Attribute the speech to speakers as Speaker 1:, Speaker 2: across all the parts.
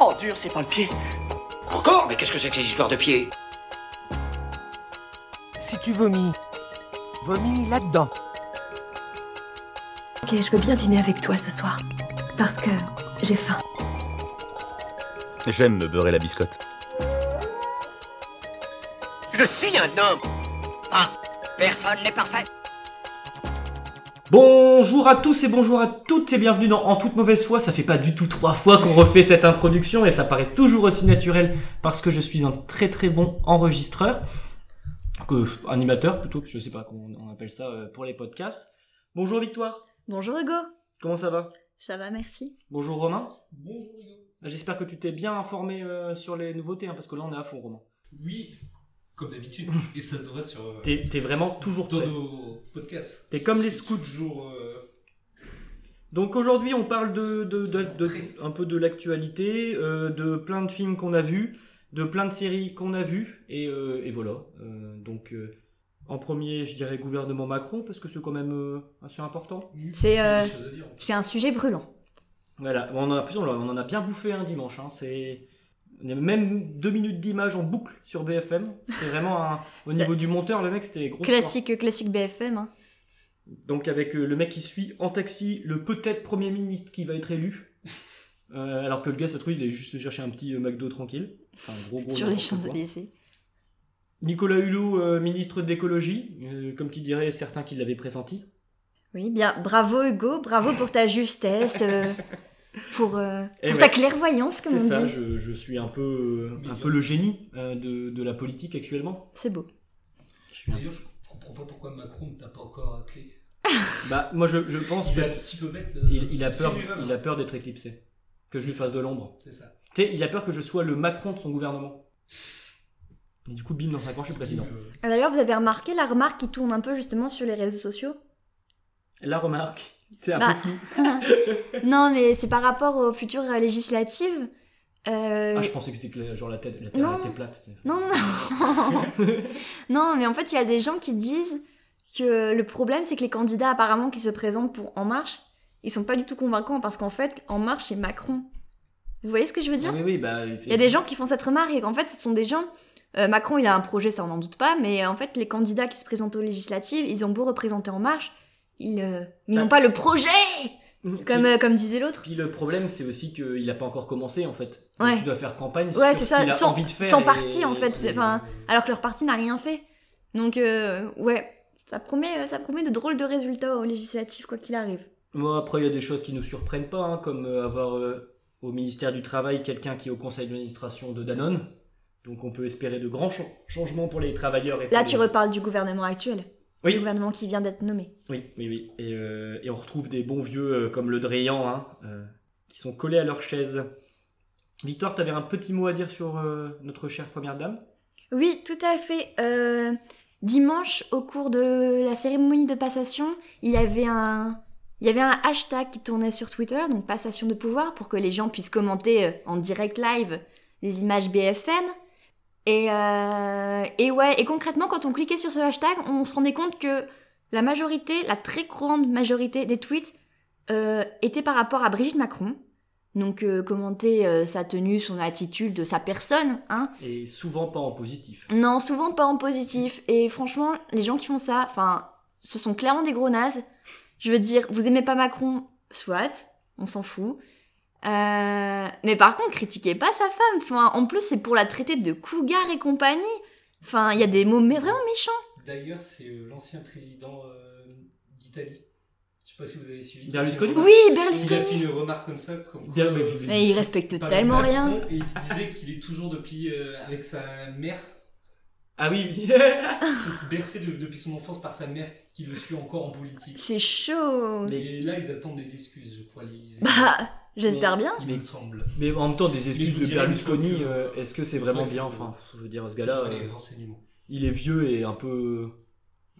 Speaker 1: Oh, dur, c'est pas le pied.
Speaker 2: Encore Mais qu'est-ce que c'est que ces histoires de pieds
Speaker 3: Si tu vomis, vomis là-dedans.
Speaker 4: Ok, je veux bien dîner avec toi ce soir. Parce que j'ai faim.
Speaker 5: J'aime me beurrer la biscotte.
Speaker 2: Je suis un homme Ah Personne n'est parfait
Speaker 6: Bonjour à tous et bonjour à toutes et bienvenue dans En toute mauvaise foi. Ça fait pas du tout trois fois qu'on refait cette introduction et ça paraît toujours aussi naturel parce que je suis un très très bon enregistreur, que animateur plutôt, je sais pas comment on appelle ça euh, pour les podcasts. Bonjour Victoire,
Speaker 7: Bonjour Hugo.
Speaker 6: comment ça va
Speaker 7: Ça va, merci.
Speaker 6: Bonjour Romain. Bonjour Hugo. J'espère que tu t'es bien informé euh, sur les nouveautés hein, parce que là on est à fond Romain.
Speaker 8: Oui, comme d'habitude. Et ça se voit sur euh,
Speaker 6: T'es t'es vraiment toujours
Speaker 8: dans
Speaker 6: prêt.
Speaker 8: nos podcasts.
Speaker 6: T'es comme les
Speaker 8: Je suis
Speaker 6: scouts.
Speaker 8: Toujours. euh,
Speaker 6: Donc aujourd'hui, on parle de, de- de- de- un peu de l'actualité, euh, de plein de films qu'on a vus, de plein de séries qu'on a vues, et, euh, et voilà. Euh, donc euh, en premier, je dirais gouvernement Macron parce que c'est quand même euh, assez important.
Speaker 7: C'est,
Speaker 8: il y a des
Speaker 7: euh,
Speaker 8: choses à dire, en plus.
Speaker 7: C'est un sujet brûlant.
Speaker 6: Voilà, on en a plus, on en a- on en a bien bouffé un dimanche. hein, c'est on a même deux minutes d'image en boucle sur BFM. C'est vraiment un- au niveau du monteur, le mec c'était gros. sport.
Speaker 7: Classique, classique BFM. hein.
Speaker 6: Donc avec euh, le mec qui suit en taxi le peut-être premier ministre qui va être élu. Euh, alors que le gars, ça se trouve, il est juste chercher un petit euh, McDo tranquille. Enfin, gros, gros
Speaker 7: sur les
Speaker 6: n'importe quoi.
Speaker 7: Champs-Élysées.
Speaker 6: Nicolas Hulot, euh, ministre d'écologie, euh, comme qui dirait certains qui l'avaient pressenti.
Speaker 7: Oui, bien. Bravo Hugo, bravo pour ta justesse, euh, pour, euh,
Speaker 6: Eh
Speaker 7: pour
Speaker 6: ouais.
Speaker 7: ta clairvoyance, comme
Speaker 6: C'est
Speaker 7: on
Speaker 6: ça,
Speaker 7: dit.
Speaker 6: je, je suis un peu, euh, un
Speaker 8: Médiocre.
Speaker 6: peu le génie euh, de, de la politique actuellement.
Speaker 7: C'est beau.
Speaker 6: Je suis un-
Speaker 8: D'ailleurs, je comprends pas pourquoi Macron ne t'a pas encore appelé.
Speaker 6: Bah, moi, je, je pense
Speaker 8: Il
Speaker 6: qu'il
Speaker 8: est un petit peu bête. De...
Speaker 6: il, il a
Speaker 8: de
Speaker 6: peur,
Speaker 8: faire erreur.
Speaker 6: il a peur d'être éclipsé, que je lui fasse de l'ombre.
Speaker 8: hein, C'est ça.
Speaker 6: Tu sais, il a peur que je sois le Macron de son gouvernement. Et du coup, bim, dans 5 ans, je suis président.
Speaker 8: Euh,
Speaker 7: Ah, D'ailleurs, vous avez remarqué la remarque qui tourne un peu justement sur les réseaux sociaux
Speaker 6: La remarque, c'est un
Speaker 7: Bah.
Speaker 6: peu flou.
Speaker 7: Non, mais c'est par rapport aux futures euh, législatives. Euh,
Speaker 6: Ah, je pensais que c'était que la- genre la tête, la terre
Speaker 7: Non.
Speaker 6: était plate. c'est-
Speaker 7: Non, non, non. non, mais en fait, il y a des gens qui disent que le problème, c'est que les candidats apparemment qui se présentent pour En Marche, ils sont pas du tout convaincants parce qu'en fait, En Marche, c'est Macron. Vous voyez ce que je veux dire
Speaker 6: Oui, oui, bah.
Speaker 7: Il y a des gens qui font cette remarque et qu'en fait, ce sont des gens. euh, Macron, il a un projet, ça on n'en doute pas, mais euh, en fait, les candidats qui se présentent aux législatives, ils ont beau représenter En Marche, ils, euh, ils n'ont
Speaker 6: Ah.
Speaker 7: pas le projet
Speaker 6: Puis-
Speaker 7: Comme, euh, comme disait l'autre.
Speaker 6: Puis Mm. le problème, c'est aussi qu'il n'a pas encore commencé en fait.
Speaker 7: Ouais.
Speaker 6: Donc, tu dois faire campagne.
Speaker 7: Ouais,
Speaker 6: sur ce
Speaker 7: c'est ça,
Speaker 6: qu'il a
Speaker 7: sans-
Speaker 6: envie de faire
Speaker 7: sans
Speaker 6: et-
Speaker 7: parti, en fait, c'est-
Speaker 6: et-
Speaker 7: enfin, alors que leur parti n'a rien fait. Donc, euh, ouais, ça promet, euh, ça promet de drôles de résultats aux législatives, quoi qu'il arrive.
Speaker 6: Moi, après, il y a des choses qui nous surprennent pas, hein, comme euh, avoir euh, au ministère du Travail quelqu'un qui est au conseil d'administration de Danone. Donc on peut espérer de grands cha- changements pour les travailleurs. Et
Speaker 7: Là,
Speaker 6: pour
Speaker 7: tu
Speaker 6: les-
Speaker 7: reparles du gouvernement actuel,
Speaker 6: Oui.
Speaker 7: le gouvernement qui vient d'être nommé.
Speaker 6: Oui, oui, oui. Et, euh, et on retrouve des bons vieux euh, comme le Dréan, hein, euh, qui sont collés à leur chaise. Victoire, t'avais un petit mot à dire sur euh, notre chère première dame
Speaker 7: Oui, tout à fait. Euh, dimanche, au cours de la cérémonie de passation, il y avait un... Il y avait un hashtag qui tournait sur Twitter, donc passation de pouvoir, pour que les gens puissent commenter euh, en direct live les images BFM. Et, euh, et ouais, et concrètement, quand on cliquait sur ce hashtag, on se rendait compte que la majorité, la très grande majorité des tweets euh, étaient par rapport à Brigitte Macron. Donc euh, commenter euh, sa tenue, son attitude, sa personne, hein,
Speaker 6: Et souvent pas en positif.
Speaker 7: non, souvent pas en positif. Et franchement, les gens qui font ça, enfin, ce sont clairement des gros nazes. Je veux dire, vous aimez pas Macron, soit, on s'en fout. Euh, mais par contre, critiquez pas sa femme. Enfin, en plus, c'est pour la traiter de cougar et compagnie. Enfin, il y a des mots mais vraiment méchants.
Speaker 8: D'ailleurs, c'est euh, l'ancien président euh, d'Italie. Je sais pas si vous avez suivi.
Speaker 6: Berlusconi
Speaker 7: Oui,
Speaker 8: Il a fait
Speaker 7: Berlusconi.
Speaker 8: une remarque comme ça. Comme quoi,
Speaker 6: Bien, mais-
Speaker 8: euh,
Speaker 7: Mais il respecte
Speaker 8: Pas
Speaker 7: tellement
Speaker 8: mal
Speaker 7: rien.
Speaker 8: Macron, Et il disait qu'il est toujours depuis euh, avec sa mère,
Speaker 6: Ah oui, oui.
Speaker 8: bercé de- depuis son enfance par sa mère, qui le suit encore en politique.
Speaker 7: C'est chaud.
Speaker 8: Et là, ils attendent des excuses, je crois, l'Élysée.
Speaker 7: Bah, j'espère bien.
Speaker 8: Il me semble.
Speaker 6: mais en même temps, des
Speaker 8: Mais je
Speaker 6: excuses
Speaker 8: vous
Speaker 6: de
Speaker 8: dirais une fois
Speaker 6: Berlusconi,
Speaker 8: que-
Speaker 6: euh, est-ce que c'est
Speaker 8: une
Speaker 6: vraiment
Speaker 8: fois que-
Speaker 6: bien Enfin, je veux dire, ce
Speaker 8: Je
Speaker 6: gars-là,
Speaker 8: vois les
Speaker 6: euh,
Speaker 8: renseignements.
Speaker 6: il est vieux et un peu.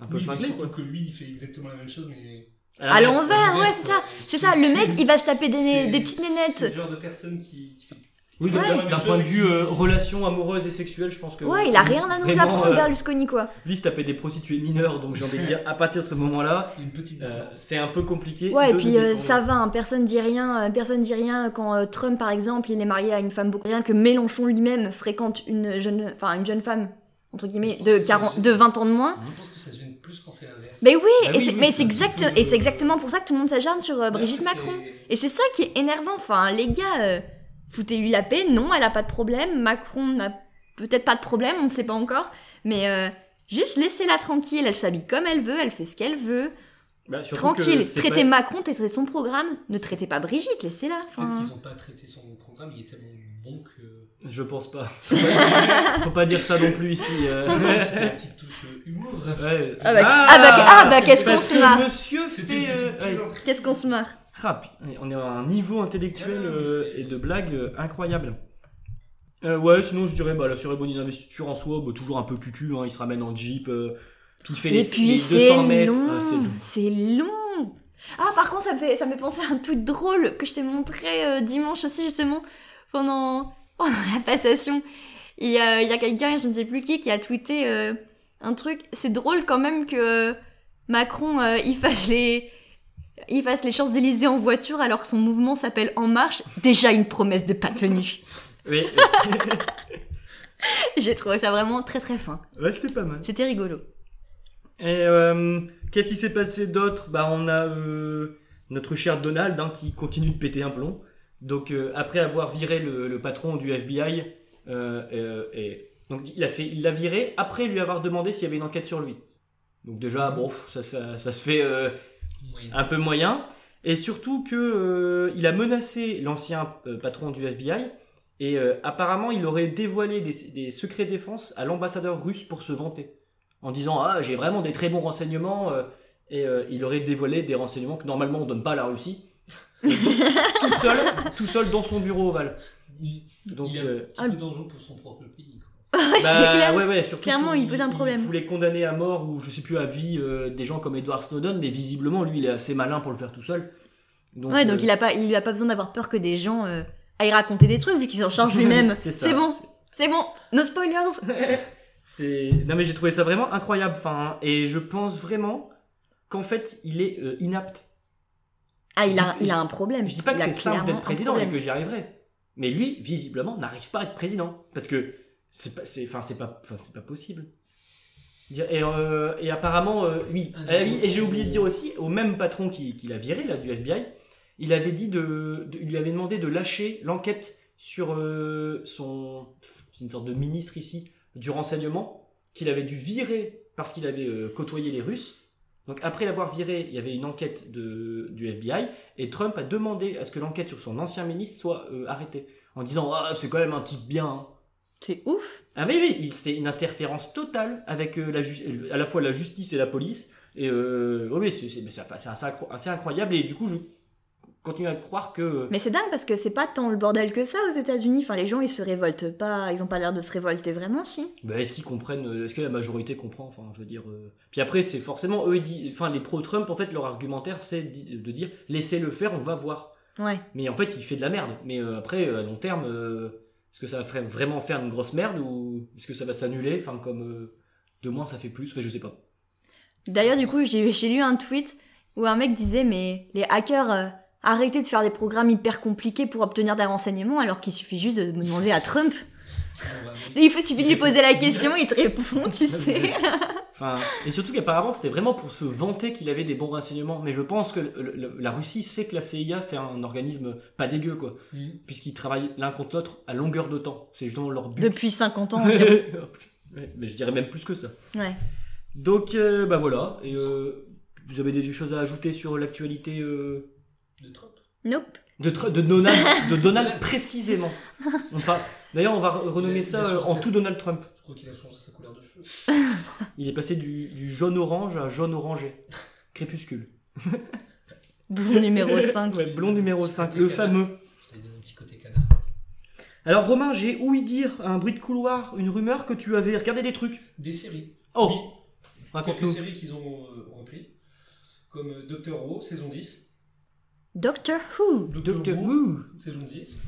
Speaker 6: un peu
Speaker 8: Oui, mais
Speaker 6: cinglé,
Speaker 8: surtout
Speaker 6: quoi. Ah,
Speaker 8: que lui, il fait exactement la même chose, mais.
Speaker 6: À
Speaker 7: À
Speaker 6: la-
Speaker 7: l'envers, ouais, c'est ça. C'est ça, le mec, il va se taper des,
Speaker 8: C'est-
Speaker 7: des petites
Speaker 8: C'est le
Speaker 7: nénettes.
Speaker 8: genre de personne qui, qui fait
Speaker 6: Oui, d'un-
Speaker 7: Ouais.
Speaker 6: d'un point de vue euh, relation amoureuse et sexuelle, je pense que.
Speaker 7: Ouais, il a rien à nous
Speaker 6: vraiment,
Speaker 7: apprendre,
Speaker 6: euh,
Speaker 7: Berlusconi, quoi.
Speaker 6: Lui se tapait des prostituées mineures, donc j'ai envie de dire, à partir de ce moment-là,
Speaker 8: Une petite
Speaker 6: euh,
Speaker 8: différence.
Speaker 6: c'est un peu compliqué.
Speaker 7: Ouais, et
Speaker 6: de
Speaker 7: puis
Speaker 6: nous
Speaker 7: euh,
Speaker 6: détourner.
Speaker 7: ça va, hein, personne dit rien, euh, personne dit rien quand euh, Trump par exemple, il est marié à une femme beaucoup rien que Mélenchon lui-même fréquente une jeune enfin une jeune femme entre guillemets de 40 de 20 ans de moins.
Speaker 8: Je pense que ça gêne plus quand c'est l'inverse.
Speaker 7: Mais oui,
Speaker 6: Bah
Speaker 7: et
Speaker 6: oui,
Speaker 7: c'est-
Speaker 6: oui,
Speaker 7: mais
Speaker 6: ça
Speaker 7: c'est
Speaker 6: nous
Speaker 7: exact
Speaker 8: fait,
Speaker 7: et c'est
Speaker 8: euh,
Speaker 7: exactement pour ça que tout le monde s'acharne sur euh,
Speaker 8: Après,
Speaker 7: Brigitte
Speaker 8: Bah, c'est-
Speaker 7: Macron. Et c'est ça qui est énervant, enfin les gars, euh, foutez-lui la paix, non, elle a pas de problème, Macron n'a peut-être pas de problème, on ne sait pas encore, mais euh, juste laissez-la tranquille, elle s'habille comme elle veut, elle fait ce qu'elle veut.
Speaker 6: Bah, surtout que
Speaker 7: Tranquille,
Speaker 6: c'est
Speaker 7: traitez
Speaker 6: pas-
Speaker 7: Macron, traitez son programme, ne traitez pas Brigitte, laissez-la.
Speaker 8: Peut-être
Speaker 7: enfin.
Speaker 8: qu'ils n'ont pas traité son programme, il est tellement bon que.
Speaker 6: Je pense pas. Faut pas- Faut pas dire ça non plus ici. euh.
Speaker 8: C'était la petite touche euh, humour.
Speaker 6: Ouais.
Speaker 7: Ah bah- ah bah- ah bah,
Speaker 6: c'est
Speaker 7: qu'est-ce qu'on
Speaker 6: parce
Speaker 7: se
Speaker 6: que
Speaker 7: marre.
Speaker 6: Monsieur
Speaker 8: C'était
Speaker 6: fait.
Speaker 8: une
Speaker 6: euh,
Speaker 8: petite
Speaker 6: ouais.
Speaker 8: plaisanterie.
Speaker 7: Qu'est-ce qu'on se marre
Speaker 6: Ah, putain, on est à un niveau intellectuel
Speaker 8: Ouais, ouais, Ah, mais
Speaker 6: euh,
Speaker 8: c'est-
Speaker 6: et de blague euh, incroyable. Euh, ouais, sinon je dirais bah, la cérémonie d'investiture en soi, bah, toujours un peu cucu, hein, il se ramène en jeep, euh, puis il fait les,
Speaker 7: Et puis
Speaker 6: les
Speaker 7: c'est
Speaker 6: 200 mètres.
Speaker 7: long,
Speaker 6: ah, c'est long.
Speaker 7: c'est long. Ah par contre ça me fait ça me fait penser à un tweet drôle que je t'ai montré euh, dimanche aussi justement pendant pendant la passation. Il y a, il y a quelqu'un, je ne sais plus qui, qui a tweeté euh, un truc. C'est drôle quand même que Macron euh, il fasse les il fasse les Champs Élysées en voiture alors que son mouvement s'appelle En Marche. Déjà une promesse de pas tenue.
Speaker 6: Oui,
Speaker 7: J'ai trouvé ça vraiment très très fin.
Speaker 6: euh, ouais, c'était pas mal.
Speaker 7: C'était rigolo.
Speaker 6: Et euh, qu'est-ce qui s'est passé d'autre Bah on a euh, notre cher Donald hein, qui continue de péter un plomb. Donc euh, après avoir viré le, le patron du FBI, euh, euh, et, donc il a fait, il l'a viré après lui avoir demandé s'il y avait une enquête sur lui. Donc déjà bon, pff, ça, ça, ça se fait euh,
Speaker 8: Moyen.
Speaker 6: un peu moyen. Et surtout que euh, il a menacé l'ancien euh, patron du FBI. Et euh, apparemment, il aurait dévoilé des, des secrets défense à l'ambassadeur russe pour se vanter, en disant ah j'ai vraiment des très bons renseignements. euh, et euh, il aurait dévoilé des renseignements que normalement on donne pas à la Russie. Euh, tout seul, tout seul dans son bureau ovale.
Speaker 8: Il
Speaker 6: Donc
Speaker 8: il est
Speaker 6: euh,
Speaker 8: un petit peu dangereux pour son propre pays. quoi.
Speaker 7: Ouais, c'est clair.
Speaker 6: Bah, ouais, ouais, surtout
Speaker 7: Clairement,
Speaker 6: qu'il-
Speaker 7: il pose un problème.
Speaker 6: Il voulait condamner à mort ou je sais plus à vie euh, des gens comme Edward Snowden, mais visiblement lui il est assez malin pour le faire tout seul. Donc,
Speaker 7: Ouais, donc
Speaker 6: euh,
Speaker 7: il a pas, il a pas besoin d'avoir peur que des gens euh, aillent raconter des trucs vu qu'il s'en charge lui-même.
Speaker 6: c'est ça.
Speaker 7: C'est bon, c'est bon, no spoilers.
Speaker 6: C'est non mais j'ai trouvé ça vraiment incroyable. Enfin, et je pense vraiment qu'en fait il est euh, inapte.
Speaker 7: Ah, il a, il a un problème.
Speaker 6: Je dis pas que
Speaker 7: Il a
Speaker 6: c'est simple
Speaker 7: clairement
Speaker 6: d'être
Speaker 7: un
Speaker 6: président et
Speaker 7: problème.
Speaker 6: que j'y arriverai. Mais lui, visiblement, n'arrive pas à être président parce que c'est pas, c'est, enfin c'est pas, enfin c'est pas possible. Dire- Et, euh, et apparemment, euh, oui.
Speaker 8: Ah,
Speaker 6: Ah
Speaker 8: non.
Speaker 6: oui, et j'ai oublié de dire aussi au même patron qui, qui l'a viré là du FBI, il avait dit de, de- il lui avait demandé de lâcher l'enquête sur euh, son, pff, c'est une sorte de ministre ici du renseignement qu'il avait dû virer parce qu'il avait euh, côtoyé les Russes. Donc après l'avoir viré, il y avait une enquête de, du FBI et Trump a demandé à ce que l'enquête sur son ancien ministre soit euh, arrêtée en disant ah c'est quand même un type bien. hein.
Speaker 7: C'est ouf.
Speaker 6: Ah mais oui, il- c'est une interférence totale avec euh, la ju- euh, à la fois la justice et la police. Et euh, oui, oui, c'est- c'est mais ça- c'est assez, incro- assez incroyable. Et du coup, je continue à croire que
Speaker 7: Mais c'est dingue parce que c'est pas tant le bordel que ça aux États-Unis. Enfin, les gens ils se révoltent pas, ils ont pas l'air de se révolter vraiment, si.
Speaker 6: Bah, est-ce qu'ils comprennent euh, Est-ce que la majorité comprend Enfin, je veux dire. euh, Puis après, c'est forcément eux. ils disent- Enfin, les pro-Trump, en fait, leur argumentaire, c'est di- de dire laissez-le faire, on va voir.
Speaker 7: Ouais.
Speaker 6: Mais en fait, il fait de la merde. Mais euh, après, euh, à long terme, euh, est-ce que ça va faire- vraiment faire une grosse merde ou est-ce que ça va s'annuler Enfin, comme euh, de moins, ça fait plus. Enfin, je sais pas.
Speaker 7: D'ailleurs, du coup, j'ai j'ai lu un tweet où un mec disait Mais les hackers, euh, arrêtez de faire des programmes hyper compliqués pour obtenir des renseignements alors qu'il suffit juste de me demander à Trump.
Speaker 8: On va-
Speaker 7: Il faut- suffit de lui poser la question, il te répond, tu sais.
Speaker 6: Enfin, et surtout qu'apparemment, c'était vraiment pour se vanter qu'il avait des bons renseignements. Mais je pense que le- le- la Russie sait que la CIA, c'est un organisme pas dégueu, quoi.
Speaker 8: Mhm.
Speaker 6: Puisqu'ils travaillent l'un contre l'autre à longueur de temps. C'est justement leur but.
Speaker 7: Depuis 50 ans environ.
Speaker 6: Ouais, mais je dirais même plus que ça.
Speaker 7: Ouais.
Speaker 6: Donc, euh, bah voilà. Et euh, vous avez des choses à ajouter sur l'actualité euh,
Speaker 8: De Trump.
Speaker 7: Nope.
Speaker 6: de, Tr- de Donald, de Donald précisément. On parle- D'ailleurs, on va re- renommer
Speaker 8: Mais
Speaker 6: ça
Speaker 8: il a
Speaker 6: euh, en
Speaker 8: changé.
Speaker 6: tout Donald Trump.
Speaker 8: Je crois qu'il a changé sa couleur de cheveux.
Speaker 6: Il est passé du, du jaune orange à jaune orangé. Crépuscule.
Speaker 7: Bon numéro 5.
Speaker 6: Ouais, blond numéro 5, le fameux.
Speaker 8: Ça lui donne un petit côté canard.
Speaker 6: Alors Romain, j'ai ouï dire un bruit de couloir, une rumeur que tu avais regardé des trucs.
Speaker 8: Des séries.
Speaker 6: Oh,
Speaker 8: Oui, quelques
Speaker 6: raconte-nous.
Speaker 8: séries qu'ils ont euh, repris. Comme euh, Doctor Who, saison 10.
Speaker 7: Doctor Who.
Speaker 8: Doctor,
Speaker 6: Doctor
Speaker 8: Who,
Speaker 6: Who.
Speaker 8: saison 10.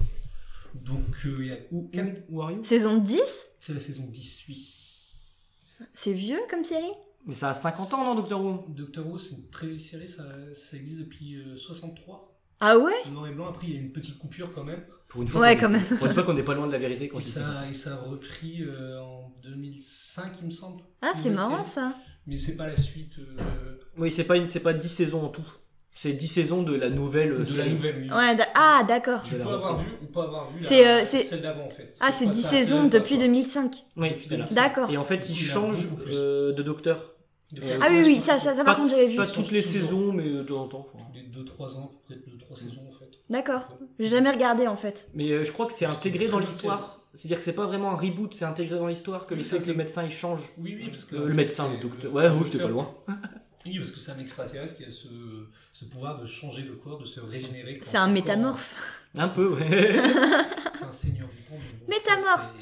Speaker 8: Donc, euh, il y a
Speaker 6: Ou
Speaker 8: quatre-
Speaker 6: Ou Wario
Speaker 7: Saison 10
Speaker 8: C'est la saison 18.
Speaker 7: C'est vieux comme série
Speaker 6: Mais ça a 50 ans, non, Doctor Who
Speaker 8: Doctor Who, c'est une très vieille série, ça, ça existe depuis euh, 63.
Speaker 7: Ah ouais
Speaker 8: en Noir et blanc, après, il y a une petite coupure quand même.
Speaker 6: Pour une
Speaker 7: Ouais,
Speaker 6: c'est-
Speaker 7: quand même.
Speaker 6: Pour une fois qu'on n'est pas loin de la vérité. Quand
Speaker 8: Et
Speaker 6: il s'est-
Speaker 8: ça, et ça a repris euh, en 2005, il me semble.
Speaker 7: Ah, c'est
Speaker 8: Une
Speaker 7: marrant
Speaker 8: série.
Speaker 7: ça.
Speaker 8: Mais c'est pas la suite euh,
Speaker 6: Oui, c'est pas, une- c'est pas 10 saisons en tout. C'est 10 saisons de Euh, la nouvelle.
Speaker 8: de la
Speaker 6: série.
Speaker 8: nouvelle. oui.
Speaker 7: Ouais, d'a- ah, d'accord.
Speaker 8: Tu peux avoir vu ou pas avoir vu la-
Speaker 7: C'est, euh, c'est-
Speaker 8: celle d'avant en fait.
Speaker 7: Ah, c'est
Speaker 8: pas
Speaker 7: 10
Speaker 8: ça, c'est
Speaker 7: saisons
Speaker 8: la-
Speaker 7: depuis
Speaker 8: quoi.
Speaker 7: 2005.
Speaker 6: Oui, voilà.
Speaker 7: D'accord.
Speaker 6: Et en fait, ils
Speaker 8: Il y a
Speaker 6: changent
Speaker 8: beaucoup plus.
Speaker 6: euh, de docteur.
Speaker 8: Depuis
Speaker 6: Ah
Speaker 7: Ah oui,
Speaker 8: la
Speaker 7: oui,
Speaker 8: saison, je
Speaker 7: ça, ça,
Speaker 8: crois,
Speaker 7: ça par contre j'avais vu.
Speaker 6: Pas
Speaker 8: sont
Speaker 6: toutes les
Speaker 8: toujours.
Speaker 6: saisons, mais euh, de temps en temps. quoi.
Speaker 8: tous les 2-3 ans, à peu près 2-3 saisons en fait.
Speaker 7: D'accord. J'ai jamais regardé en fait.
Speaker 6: Mais euh, je crois que c'est
Speaker 8: C'est
Speaker 6: intégré
Speaker 8: une
Speaker 6: dans
Speaker 8: très bonne
Speaker 6: l'histoire. C'est-à-dire que c'est pas vraiment un reboot, c'est intégré dans l'histoire que
Speaker 8: Oui,
Speaker 6: le,
Speaker 8: c'est
Speaker 6: fait que le
Speaker 8: intégré.
Speaker 6: médecin il change.
Speaker 8: Oui, oui, parce que.
Speaker 6: Euh,
Speaker 8: en
Speaker 6: le
Speaker 8: fait,
Speaker 6: médecin,
Speaker 8: c'est
Speaker 6: le docteur.
Speaker 8: le-
Speaker 6: Ouais,
Speaker 8: le
Speaker 6: oh, j'étais pas
Speaker 8: docteur.
Speaker 6: loin.
Speaker 8: Oui, parce que c'est un extraterrestre qui a ce, ce pouvoir de changer de corps, de se régénérer. quand
Speaker 7: C'est un
Speaker 8: son
Speaker 7: métamorphe.
Speaker 6: Un peu, ouais.
Speaker 8: corps- C'est un seigneur du temps. mais bon,
Speaker 7: Métamorphe.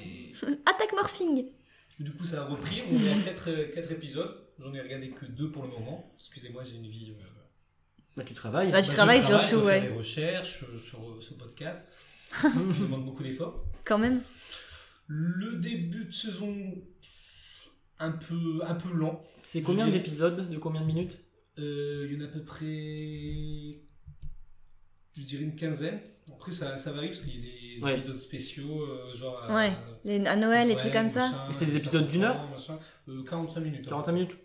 Speaker 8: ça,
Speaker 7: Attaque morphing.
Speaker 8: c'est- Du coup, ça a repris. On est à 4, épisodes. J'en ai regardé que 2 pour le moment. Excusez-moi, j'ai une vie. euh,
Speaker 6: Bah, tu travailles.
Speaker 7: Bah, tu
Speaker 8: bah, je
Speaker 7: travailles
Speaker 8: travaille,
Speaker 7: surtout,
Speaker 8: je fais
Speaker 7: ouais.
Speaker 8: des recherches euh, sur euh, ce podcast qui demande beaucoup d'efforts.
Speaker 7: Quand même.
Speaker 8: Le début de saison un peu, un peu lent.
Speaker 6: C'est
Speaker 8: Je
Speaker 6: combien
Speaker 8: dirais-
Speaker 6: d'épisodes De combien de minutes
Speaker 8: Euh, il y en a à peu près, je dirais une quinzaine. Après, ça, ça varie parce qu'il y a des
Speaker 6: Ouais.
Speaker 8: épisodes spéciaux, euh, genre à,
Speaker 7: Ouais. Les- à Noël, les trucs comme ça.
Speaker 8: machin,
Speaker 6: Mais c'est des
Speaker 8: ça
Speaker 6: épisodes
Speaker 8: prend
Speaker 6: d'une
Speaker 8: un
Speaker 6: heure
Speaker 8: an, machin. Euh, 45 minutes. hein.
Speaker 6: 45 minutes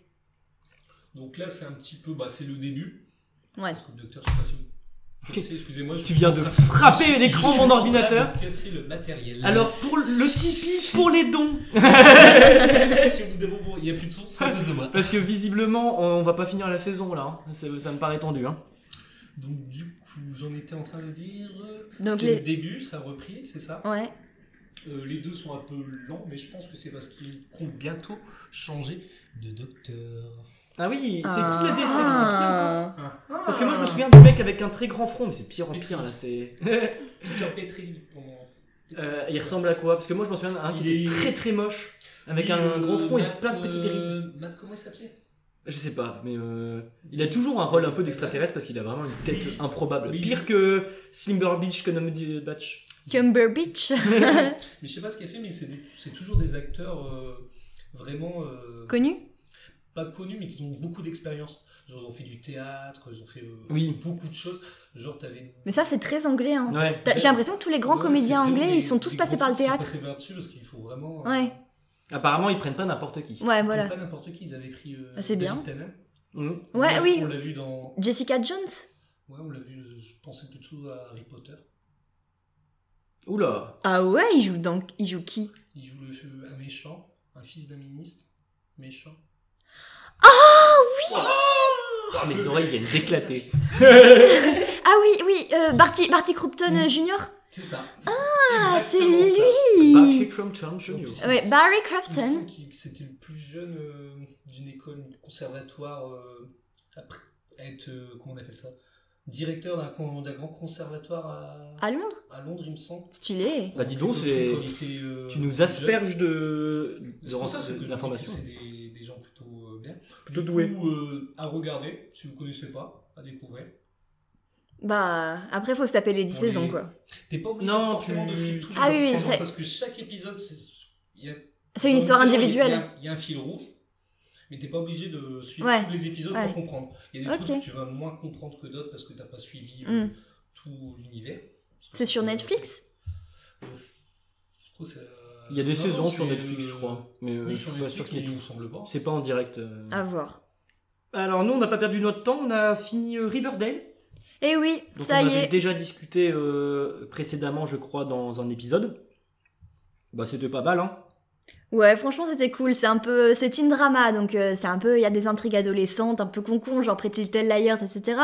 Speaker 8: Donc là, c'est un petit peu, bah, c'est le début.
Speaker 7: Ouais.
Speaker 8: Parce que le docteur, je sais pas si vous connaissez, excusez-moi. je
Speaker 6: Tu
Speaker 8: suis
Speaker 6: viens
Speaker 8: en
Speaker 6: de
Speaker 8: train-
Speaker 6: frapper
Speaker 8: je
Speaker 6: l'écran de
Speaker 8: suis
Speaker 6: mon
Speaker 8: en train de
Speaker 6: ordinateur.
Speaker 8: Casser le matériel.
Speaker 6: Alors, pour le Tipeee, pour les dons
Speaker 8: si au bout d'un moment, il n'y a plus de son, c'est à cause de moi.
Speaker 6: Parce que visiblement, on va pas finir la saison là. hein. Ça, ça me paraît tendu. Hein.
Speaker 8: Donc du coup, j'en étais en train de dire. euh,
Speaker 7: Donc
Speaker 8: c'est
Speaker 7: les-
Speaker 8: le début, ça a repris, c'est ça.
Speaker 7: Ouais.
Speaker 8: Euh, les deux sont un peu lents, mais je pense que c'est parce qu'ils comptent bientôt changer de docteur.
Speaker 6: Ah oui, c'est
Speaker 7: Ah.
Speaker 6: qui la déception Parce que moi, je me
Speaker 8: Ah,
Speaker 6: souviens du mec avec un très grand front, mais c'est pire en pire là. C'est.
Speaker 8: Peter Petrilli. pendant-
Speaker 6: Euh, il ressemble à quoi Parce que moi je m'en souviens d'un qui
Speaker 8: Il
Speaker 6: était
Speaker 8: est-
Speaker 6: très très moche, avec
Speaker 8: Oui,
Speaker 6: un
Speaker 8: euh,
Speaker 6: gros front et
Speaker 8: Matt,
Speaker 6: plein de petites rides.
Speaker 8: euh, Matt, comment il s'appelait
Speaker 6: Je sais pas, mais euh, il a toujours un rôle un peu d'extraterrestre parce qu'il a vraiment une tête
Speaker 8: Oui.
Speaker 6: improbable.
Speaker 8: Oui.
Speaker 6: Pire que Slimber Beach Connedy Batch.
Speaker 7: Cumber Beach.
Speaker 8: Mais je sais pas ce qu'il a fait, mais c'est des- c'est toujours des acteurs euh, vraiment euh,
Speaker 7: Connu
Speaker 8: pas connus, mais qui ont beaucoup d'expérience. Genre, ils ont fait du théâtre, ils ont fait euh,
Speaker 6: Oui.
Speaker 8: beaucoup de choses. Genre, t'avais
Speaker 7: Mais ça, c'est très anglais. Hein.
Speaker 6: Ouais.
Speaker 7: T'as- J'ai l'impression que tous les grands
Speaker 8: Ouais,
Speaker 7: comédiens
Speaker 8: c'est vrai,
Speaker 7: anglais,
Speaker 8: les-
Speaker 7: ils sont tous
Speaker 8: les
Speaker 7: passés
Speaker 8: gros
Speaker 7: par le
Speaker 8: trucs sont
Speaker 7: théâtre.
Speaker 8: passés par-dessus parce qu'il faut vraiment. euh,
Speaker 7: Ouais.
Speaker 6: Apparemment ils prennent pas n'importe qui.
Speaker 7: Ouais,
Speaker 8: ils prennent
Speaker 7: voilà.
Speaker 8: Pas n'importe qui, ils avaient pris. euh,
Speaker 7: Ah, c'est
Speaker 8: David
Speaker 7: bien.
Speaker 8: Tennant.
Speaker 6: Mhm.
Speaker 8: On
Speaker 7: Ouais,
Speaker 8: l'a-
Speaker 7: oui.
Speaker 8: On l'a vu dans.
Speaker 7: Jessica Jones
Speaker 8: Ouais, on l'a vu. euh, Je pensais plutôt à Harry Potter.
Speaker 6: Oula.
Speaker 7: Ah ouais, il joue dans... Il joue qui
Speaker 8: Il joue le euh, un méchant, un fils d'un ministre, méchant.
Speaker 6: Ah, mes oreilles viennent d'éclater.
Speaker 7: Ah oui, oui, euh, Barty, Barty Croupton euh, Junior
Speaker 8: C'est ça.
Speaker 7: Ah, c'est
Speaker 8: Exactement ça.
Speaker 6: Patrick Trumpton Jr.
Speaker 8: Junior.
Speaker 7: Ouais, Barry
Speaker 8: Il me semble
Speaker 7: Croupton.
Speaker 8: qu'il- que C'était le plus jeune euh, d'une école conservatoire euh, après être euh, comment on appelle ça directeur d'un con- d'un grand conservatoire à,
Speaker 7: À Londres
Speaker 8: à Londres, il me semble.
Speaker 7: Stylé.
Speaker 6: Bah dis donc,
Speaker 8: Le
Speaker 6: c'est.
Speaker 8: truc, quand il était, euh,
Speaker 6: Tu nous
Speaker 8: jeune.
Speaker 6: asperges de.
Speaker 8: C'est
Speaker 6: de
Speaker 8: pour
Speaker 6: rense-
Speaker 8: ça, c'est que je dis que
Speaker 6: d'informations.
Speaker 8: C'est des, des gens plutôt euh, bien.
Speaker 6: Plutôt
Speaker 8: Du
Speaker 6: doués.
Speaker 8: coup, euh, à regarder, si vous ne connaissez pas, à découvrir.
Speaker 7: Bah, après, faut se taper les 10
Speaker 8: On
Speaker 7: saisons,
Speaker 8: les-
Speaker 7: quoi.
Speaker 8: T'es pas obligé
Speaker 6: Non,
Speaker 8: forcément
Speaker 6: tu-
Speaker 8: de suivre tout
Speaker 7: Ah oui, oui, c'est-
Speaker 8: parce que chaque épisode, c'est il y a-
Speaker 7: C'est une
Speaker 8: dans
Speaker 7: histoire
Speaker 8: saison, il y a- Il
Speaker 7: individuelle.
Speaker 8: y a- il y, a un fil rouge, mais t'es pas obligé de suivre
Speaker 7: Ouais.
Speaker 8: tous les épisodes
Speaker 7: Ouais.
Speaker 8: pour comprendre. Il y a des
Speaker 7: Ok.
Speaker 8: trucs que tu vas moins comprendre que d'autres parce que t'as pas suivi euh,
Speaker 7: Mm.
Speaker 8: tout l'univers. Parce que
Speaker 7: C'est sur
Speaker 8: euh,
Speaker 7: Netflix
Speaker 8: euh, Je crois que c'est, euh,
Speaker 6: Il y a des
Speaker 8: non,
Speaker 6: saisons
Speaker 8: non,
Speaker 6: sur
Speaker 8: c'est,
Speaker 6: Netflix,
Speaker 8: euh,
Speaker 6: je crois. Mais euh,
Speaker 8: Oui,
Speaker 6: je
Speaker 8: sur
Speaker 6: suis pas sûr
Speaker 8: Netflix,
Speaker 6: qu'il y
Speaker 8: mais
Speaker 6: ait
Speaker 8: il
Speaker 6: tout.
Speaker 8: me semble pas.
Speaker 6: C'est pas en direct. euh.
Speaker 7: À voir.
Speaker 6: Alors nous, on n'a pas perdu notre temps, on a fini euh, Riverdale.
Speaker 7: Eh oui,
Speaker 6: Donc
Speaker 7: ça
Speaker 6: on
Speaker 7: y
Speaker 6: avait
Speaker 7: est.
Speaker 6: déjà discuté euh, précédemment, je crois, dans un épisode. Bah c'était pas mal, hein.
Speaker 7: Ouais, franchement, c'était cool. C'est un peu. C'est teen drama, donc euh, c'est un peu. Il y a des intrigues adolescentes, un peu concon, genre Pretty Little Liars, etc.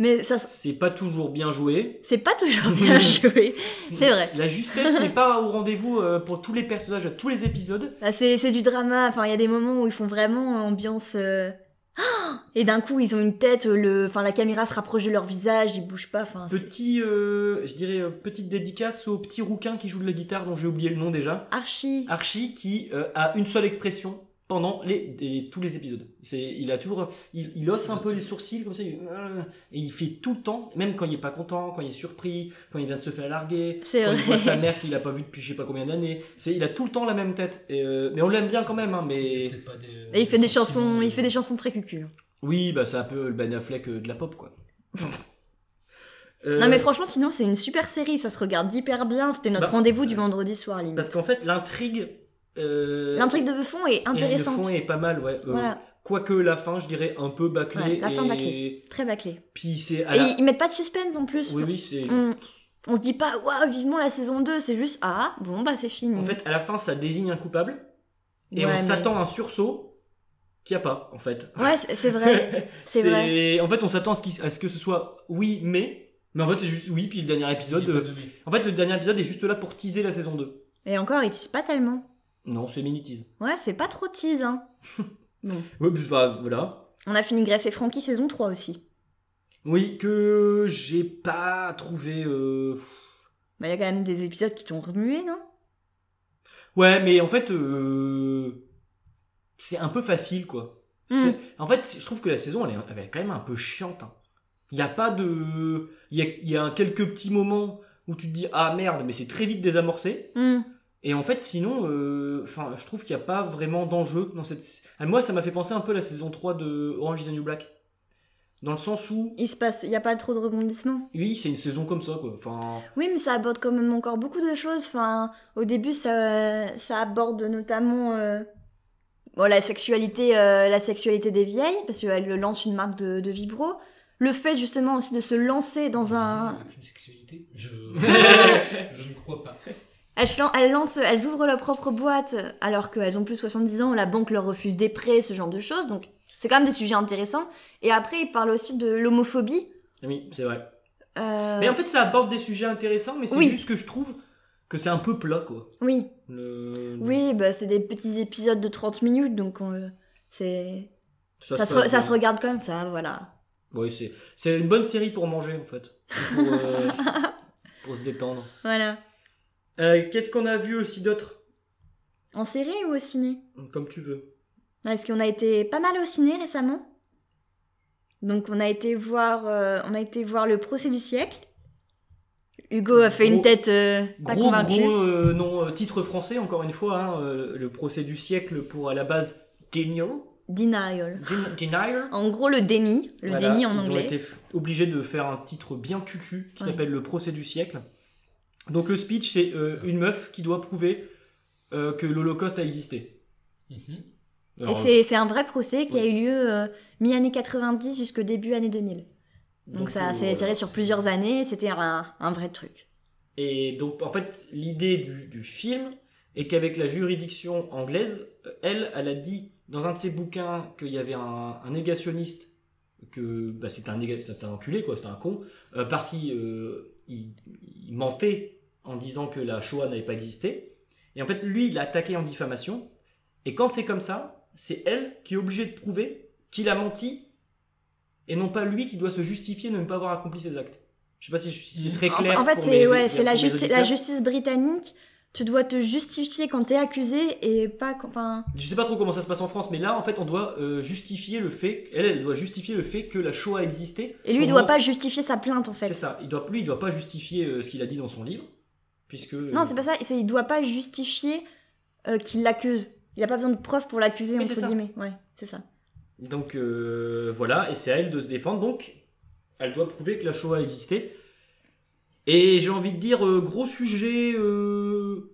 Speaker 7: Mais ça,
Speaker 6: C'est pas toujours bien joué.
Speaker 7: c'est pas toujours bien joué. C'est vrai.
Speaker 6: La justesse n'est pas au rendez-vous euh, pour tous les personnages à tous les épisodes.
Speaker 7: Bah, c'est, c'est du drama. Enfin, il y a des moments où ils font vraiment euh, ambiance. euh, ah Et d'un coup, ils ont une tête. euh, Le... Enfin, la caméra se rapproche de leur visage, ils bougent pas. Enfin, Ah, c'est
Speaker 6: Petit, euh, je dirais, euh, petite dédicace au petit rouquin qui joue de la guitare dont j'ai oublié le nom déjà.
Speaker 7: archi.
Speaker 6: Archie qui euh, a une seule expression, pendant les, des- tous les épisodes. C'est, il a toujours, il, il osse un
Speaker 8: Parce
Speaker 6: peu
Speaker 8: que-
Speaker 6: les sourcils comme ça, il- euh, et il fait tout le temps, même quand il est pas content, quand il est surpris, quand il vient de se faire larguer,
Speaker 7: C'est
Speaker 6: quand il voit
Speaker 7: vrai.
Speaker 6: sa mère qu'il a pas vue depuis je sais pas combien d'années. C'est, il a tout le temps la même tête. Et, euh, mais on l'aime bien quand même, hein, mais
Speaker 8: Peut-être pas des-
Speaker 7: Et il fait des
Speaker 8: sentiments,
Speaker 7: chansons,
Speaker 8: euh,
Speaker 7: il fait des chansons très cucul.
Speaker 6: oui, bah c'est un peu le Ben Affleck euh, de la pop quoi. Euh,
Speaker 7: Non mais franchement, sinon c'est une super série, ça se regarde hyper bien. C'était notre
Speaker 6: bah,
Speaker 7: rendez-vous du vendredi soir, Lynn.
Speaker 6: Parce qu'en fait, l'intrigue. euh,
Speaker 7: L'intrigue de fond est
Speaker 6: et
Speaker 7: intéressante.
Speaker 6: Le fond est pas mal, ouais. Euh,
Speaker 7: Voilà,
Speaker 6: Quoique la fin, je dirais un peu bâclée.
Speaker 7: Ouais, la fin
Speaker 6: et...
Speaker 7: bâclée. très bâclée.
Speaker 6: Puis c'est. à
Speaker 7: Et
Speaker 6: la-
Speaker 7: ils- ils mettent pas de suspense en plus.
Speaker 6: Oui, oui, c'est.
Speaker 7: On, on se dit pas, waouh, vivement la saison 2, c'est juste, ah, bon, bah c'est fini.
Speaker 6: En fait, à la fin, ça désigne un coupable. Et
Speaker 7: Ouais,
Speaker 6: on
Speaker 7: mais-
Speaker 6: s'attend à un sursaut qu'il n'y a pas, en fait.
Speaker 7: Ouais, c'est c'est vrai. C'est
Speaker 6: En fait, on s'attend à, ce qu'il- à ce que ce soit oui, mais. Mais en fait, c'est juste oui, puis le dernier
Speaker 8: il est
Speaker 6: épisode.
Speaker 8: pas
Speaker 6: euh,
Speaker 8: nommé.
Speaker 6: En fait, le dernier épisode est juste là pour teaser la saison 2.
Speaker 7: Et encore, ils teasent pas tellement.
Speaker 6: Non, c'est mini-tease.
Speaker 7: Ouais, c'est pas trop tease, hein.
Speaker 6: Oui, puis, enfin, voilà.
Speaker 7: On a fini Grace et Frankie saison 3 aussi.
Speaker 6: Oui, que j'ai pas trouvé. euh,
Speaker 7: Bah, il y a quand même des épisodes qui t'ont remué, non
Speaker 6: Ouais, mais en fait, euh, c'est un peu facile, quoi.
Speaker 7: Hmm.
Speaker 6: C'est- En fait, je trouve que la saison, elle est, elle est quand même un peu chiante. hein. Il y a pas de... Il y a, il y a quelques petits moments où tu te dis, ah merde, mais c'est très vite désamorcé.
Speaker 7: Hmm.
Speaker 6: Et en fait, sinon, euh, enfin, je trouve qu'il n'y a pas vraiment d'enjeu dans cette... Ah, Moi, ça m'a fait penser un peu à la saison 3 de Orange is the New Black. Dans le sens où,
Speaker 7: Il se passe, il y a pas trop de rebondissements.
Speaker 6: oui, c'est une saison comme ça, quoi. Enfin...
Speaker 7: Oui, mais ça aborde quand même encore beaucoup de choses. Enfin, au début, ça, ça aborde notamment euh, bon, la, sexualité, euh, la sexualité des vieilles, parce qu'elle lance une marque de, de vibro. Le fait justement aussi de se lancer dans un,
Speaker 8: Aucune sexualité Je... je ne crois pas.
Speaker 7: Elles, se lan- elles lancent, elles ouvrent leur propre boîte alors qu'elles ont plus de 70 ans, la banque leur refuse des prêts, ce genre de choses. Donc c'est quand même des sujets intéressants. Et après, il parle aussi de l'homophobie.
Speaker 6: Oui, c'est vrai.
Speaker 7: Euh,
Speaker 6: Mais en fait, ça aborde des sujets intéressants, mais c'est
Speaker 7: Oui.
Speaker 6: juste que je trouve que c'est un peu plat, quoi.
Speaker 7: Oui,
Speaker 6: Le-
Speaker 7: oui, bah, c'est des petits épisodes de 30 minutes, donc on- c'est ça,
Speaker 6: se
Speaker 7: se re-
Speaker 6: passe
Speaker 7: ça
Speaker 6: bien.
Speaker 7: se regarde comme ça, voilà.
Speaker 6: Oui, c'est c'est une bonne série pour manger, en fait. Pour, euh, pour se détendre.
Speaker 7: Voilà.
Speaker 6: Euh, Qu'est-ce qu'on a vu aussi d'autre
Speaker 7: En série ou au ciné
Speaker 6: Comme tu veux.
Speaker 7: Parce qu'on a été pas mal au ciné récemment. Donc on a été voir, euh, on a été voir le procès du siècle. Hugo a fait une
Speaker 6: Gros-
Speaker 7: tête euh, pas
Speaker 6: Gros,
Speaker 7: convaincue.
Speaker 6: gros euh, nom, euh, titre français, encore une fois, hein, euh, le procès du siècle pour, à la base, Denial.
Speaker 7: Denial.
Speaker 6: Den- Denial.
Speaker 7: En gros, le déni. Le
Speaker 6: Voilà,
Speaker 7: déni en
Speaker 6: ils ont
Speaker 7: anglais.
Speaker 6: été f- obligés de faire un titre bien cucu qui
Speaker 7: Ouais.
Speaker 6: s'appelle Le procès du siècle. Donc le speech, c'est euh, une meuf qui doit prouver euh, que l'Holocauste a existé.
Speaker 8: Mhm.
Speaker 7: Et
Speaker 6: Alors,
Speaker 7: c'est c'est un vrai procès qui a eu lieu euh, mi-année 90 jusque début année 2000. Donc, ça
Speaker 6: euh,
Speaker 7: s'est
Speaker 6: voilà.
Speaker 7: étalé sur plusieurs années, c'était un, un vrai truc.
Speaker 6: Et donc en fait, l'idée du, du film est qu'avec la juridiction anglaise, euh, elle, elle a dit dans un de ses bouquins qu'il y avait un, un négationniste, que bah, c'était un, néga- c'était un enculé, quoi, c'était un con, euh, parce qu'il euh, il- il mentait en disant que la Shoah n'avait pas existé. Et en fait, lui, il l'a attaqué en diffamation. Et quand c'est comme ça, c'est elle qui est obligée de prouver qu'il a menti et non pas lui qui doit se justifier de ne pas avoir accompli ses actes. Je sais pas si je- si c'est très
Speaker 7: Mmh. En-
Speaker 6: clair.
Speaker 7: en, fait,
Speaker 6: pour
Speaker 7: c'est
Speaker 6: mes-
Speaker 7: ouais, c'est la,
Speaker 6: pour mes
Speaker 7: justi- la
Speaker 6: auditeurs.
Speaker 7: justice britannique. Tu dois te justifier quand t'es accusé et pas. quand- Enfin,
Speaker 6: Je sais pas trop comment ça se passe en France, mais là, en fait, on doit euh, justifier le fait. Elle, elle doit justifier le fait que la Shoah existait.
Speaker 7: et lui, il
Speaker 6: Au
Speaker 7: doit
Speaker 6: moment-
Speaker 7: pas justifier sa plainte en
Speaker 6: C'est
Speaker 7: fait.
Speaker 6: ça. Il doit lui, il doit pas justifier euh, ce qu'il a dit dans son livre, puisque. euh,
Speaker 7: Non, c'est pas ça. c'est- Il doit pas justifier euh, qu'il l'accuse. Il a pas besoin de preuves pour l'accuser,
Speaker 6: Oui, c'est
Speaker 7: entre
Speaker 6: ça.
Speaker 7: guillemets. Ouais, c'est ça.
Speaker 6: Donc euh, voilà, et c'est à elle de se défendre. Donc, elle doit prouver que la Shoah existait. Et j'ai envie de dire euh, gros sujet. euh,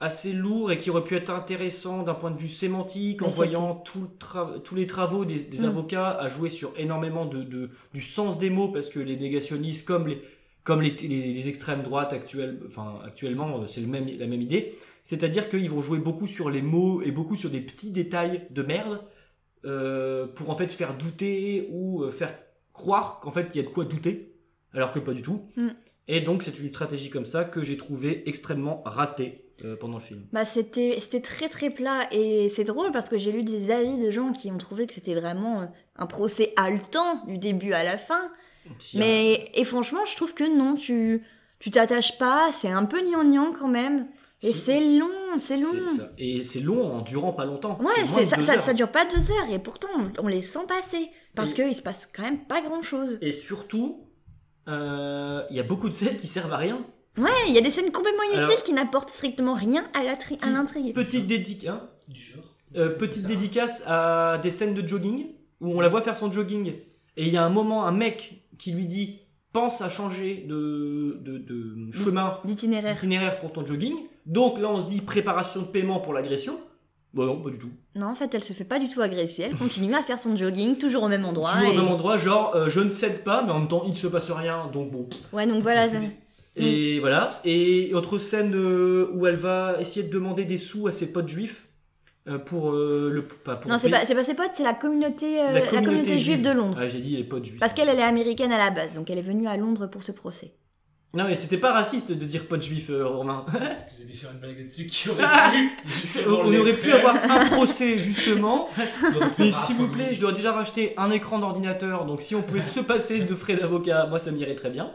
Speaker 6: assez lourd et qui aurait pu être intéressant d'un point de vue sémantique en
Speaker 7: Mais c'était-
Speaker 6: voyant tout le tra- tous les travaux des, des
Speaker 7: Mm.
Speaker 6: avocats à jouer sur énormément de, de- du sens des mots parce que les négationnistes comme les comme les, les- les extrêmes droites actuelles enfin actuellement euh, c'est le même la même idée c'est-à-dire qu'ils vont jouer beaucoup sur les mots et beaucoup sur des petits détails de merde euh, pour en fait faire douter ou euh, faire croire qu'en fait il y a de quoi douter alors que pas du tout
Speaker 7: Mm.
Speaker 6: et donc c'est une stratégie comme ça que j'ai trouvé extrêmement ratée euh, pendant le film
Speaker 7: Bah c'était c'était très très plat et c'est drôle parce que j'ai lu des avis de gens qui ont trouvé que c'était vraiment euh, un procès haletant du début à la fin.
Speaker 6: Si, hein,
Speaker 7: Mais et franchement, je trouve que non, tu tu t'attaches pas, c'est un peu gnangnan quand même.
Speaker 6: hein.
Speaker 7: Et
Speaker 6: Si-
Speaker 7: c'est long, c'est long.
Speaker 6: C'est ça. Et c'est long en durant pas longtemps.
Speaker 7: Ouais,
Speaker 6: C'est moins
Speaker 7: c'est,
Speaker 6: de
Speaker 7: ça,
Speaker 6: deux
Speaker 7: ça,
Speaker 6: heures.
Speaker 7: ça dure pas deux heures et pourtant on, on les sent passer parce
Speaker 6: Et-
Speaker 7: que qu'il se passe quand même pas grand chose.
Speaker 6: Et surtout, euh, il y a beaucoup de scènes qui servent à rien.
Speaker 7: Ouais, il y a des scènes complètement inutiles
Speaker 6: Alors-
Speaker 7: qui n'apportent strictement rien à, la tri- à l'intrigue.
Speaker 6: Petite, dédic hein,
Speaker 8: Du genre.
Speaker 6: euh,
Speaker 8: C'est
Speaker 6: petite
Speaker 8: bizarre.
Speaker 6: dédicace à des scènes de jogging où on la voit faire son jogging. Et il y a un moment, un mec qui lui dit pense à changer de, de, de chemin
Speaker 7: D'itinéraire.
Speaker 6: itinéraire pour ton jogging. Donc là, on se dit préparation de paiement pour l'agression. Bah non, pas du tout.
Speaker 7: Non, en fait, elle se fait pas du tout agresser. Elle continue à faire son jogging, toujours au même endroit.
Speaker 6: Toujours au
Speaker 7: et-
Speaker 6: même endroit, genre euh, je ne cède pas, mais en même temps il ne se passe rien, donc bon.
Speaker 7: Ouais, donc voilà.
Speaker 6: C'est
Speaker 7: ça-
Speaker 6: bien.
Speaker 7: Mm.
Speaker 6: Et voilà. Et autre scène euh, où elle va essayer de demander des sous à ses potes juifs euh, pour euh, le. Pas pour
Speaker 7: Non,
Speaker 6: le
Speaker 7: c'est
Speaker 6: pays.
Speaker 7: pas, c'est pas ses potes, c'est la communauté, euh, la communauté, juive de Londres.
Speaker 6: Ah, j'ai dit les potes juifs.
Speaker 7: Parce qu'elle, elle est américaine à la base, donc elle est venue à Londres pour ce procès.
Speaker 6: Non, mais c'était pas raciste de dire potes juifs, euh, Romain.
Speaker 8: Parce que j'allais faire une blague là-dessus qui aurait pu.
Speaker 6: On
Speaker 8: justement,
Speaker 6: on
Speaker 8: les
Speaker 6: aurait pu
Speaker 8: faire.
Speaker 6: avoir un procès, justement.
Speaker 8: Donc,
Speaker 6: Mais
Speaker 8: ah,
Speaker 6: s'il vous plaît,
Speaker 8: oui.
Speaker 6: je dois déjà racheter un écran d'ordinateur, donc si on pouvait se passer de frais d'avocat, moi ça m'irait très bien.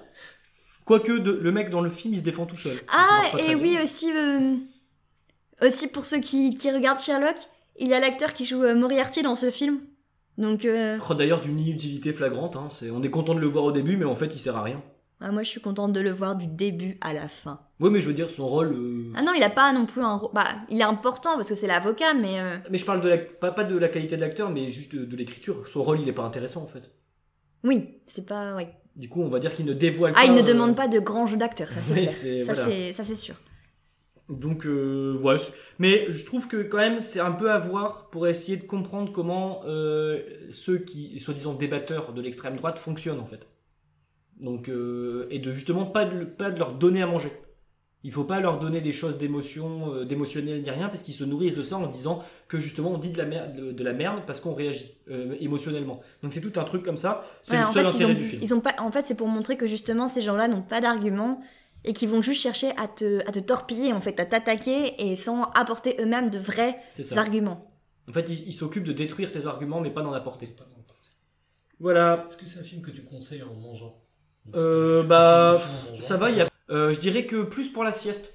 Speaker 6: Quoique de- le mec dans le film, il se défend tout seul. Donc, ça
Speaker 7: Ah,
Speaker 6: marche pas
Speaker 7: et
Speaker 6: très
Speaker 7: oui,
Speaker 6: bien.
Speaker 7: aussi, euh, aussi pour ceux qui, qui regardent Sherlock, il y a l'acteur qui joue euh, Moriarty dans ce film. Donc, euh,
Speaker 6: Oh, D'ailleurs, d'une inutilité flagrante. hein. C'est- On est content de le voir au début, mais en fait, il sert à rien.
Speaker 7: ah, moi, je suis contente de le voir du début à la fin.
Speaker 6: Oui, mais je veux dire, son rôle. euh,
Speaker 7: Ah non, il a pas non plus un. rô- Bah, il est important parce que c'est l'avocat, mais. euh,
Speaker 6: Mais je parle de la... pas, pas de la qualité de l'acteur, mais juste de, de l'écriture. Son rôle, il est pas intéressant en fait.
Speaker 7: Oui, c'est pas. oui.
Speaker 6: Du coup, on va dire qu'il ne dévoile pas.
Speaker 7: Ah, il ne
Speaker 6: euh,
Speaker 7: demande pas de grand jeu d'acteur, ça c'est
Speaker 6: oui,
Speaker 7: clair.
Speaker 6: c'est-
Speaker 7: Ça,
Speaker 6: voilà.
Speaker 7: c'est- ça, c'est sûr.
Speaker 6: Donc, euh, ouais. c'est- Mais je trouve que quand même, c'est un peu à voir pour essayer de comprendre comment euh, ceux qui, soi-disant débatteurs de l'extrême droite, fonctionnent en fait. Donc, euh, et de justement pas de, pas de leur donner à manger. Il faut pas leur donner des choses d'émotion, euh, d'émotionnel ni rien, parce qu'ils se nourrissent de ça en disant que justement on dit de la merde, de, de la merde parce qu'on réagit euh, émotionnellement. Donc c'est tout un truc comme ça. C'est
Speaker 7: Ouais,
Speaker 6: le
Speaker 7: en
Speaker 6: seul
Speaker 7: fait, ils
Speaker 6: intérêt
Speaker 7: ont,
Speaker 6: du film.
Speaker 7: ils ont pas. En fait, c'est pour montrer que justement ces gens-là n'ont pas d'arguments et qu'ils vont juste chercher à te, à te torpiller en fait, à t'attaquer et sans apporter eux-mêmes de vrais
Speaker 6: C'est ça.
Speaker 7: arguments.
Speaker 6: En fait, ils ils s'occupent de détruire tes arguments, mais pas d'en apporter.
Speaker 8: Pas dans le parti.
Speaker 6: Voilà.
Speaker 8: Est-ce que c'est un film que tu conseilles en mangeant
Speaker 6: Euh,
Speaker 8: Je
Speaker 6: bah,
Speaker 8: conseille des films en mangeant.
Speaker 6: Ça va, il y a- euh, je dirais que plus pour la sieste.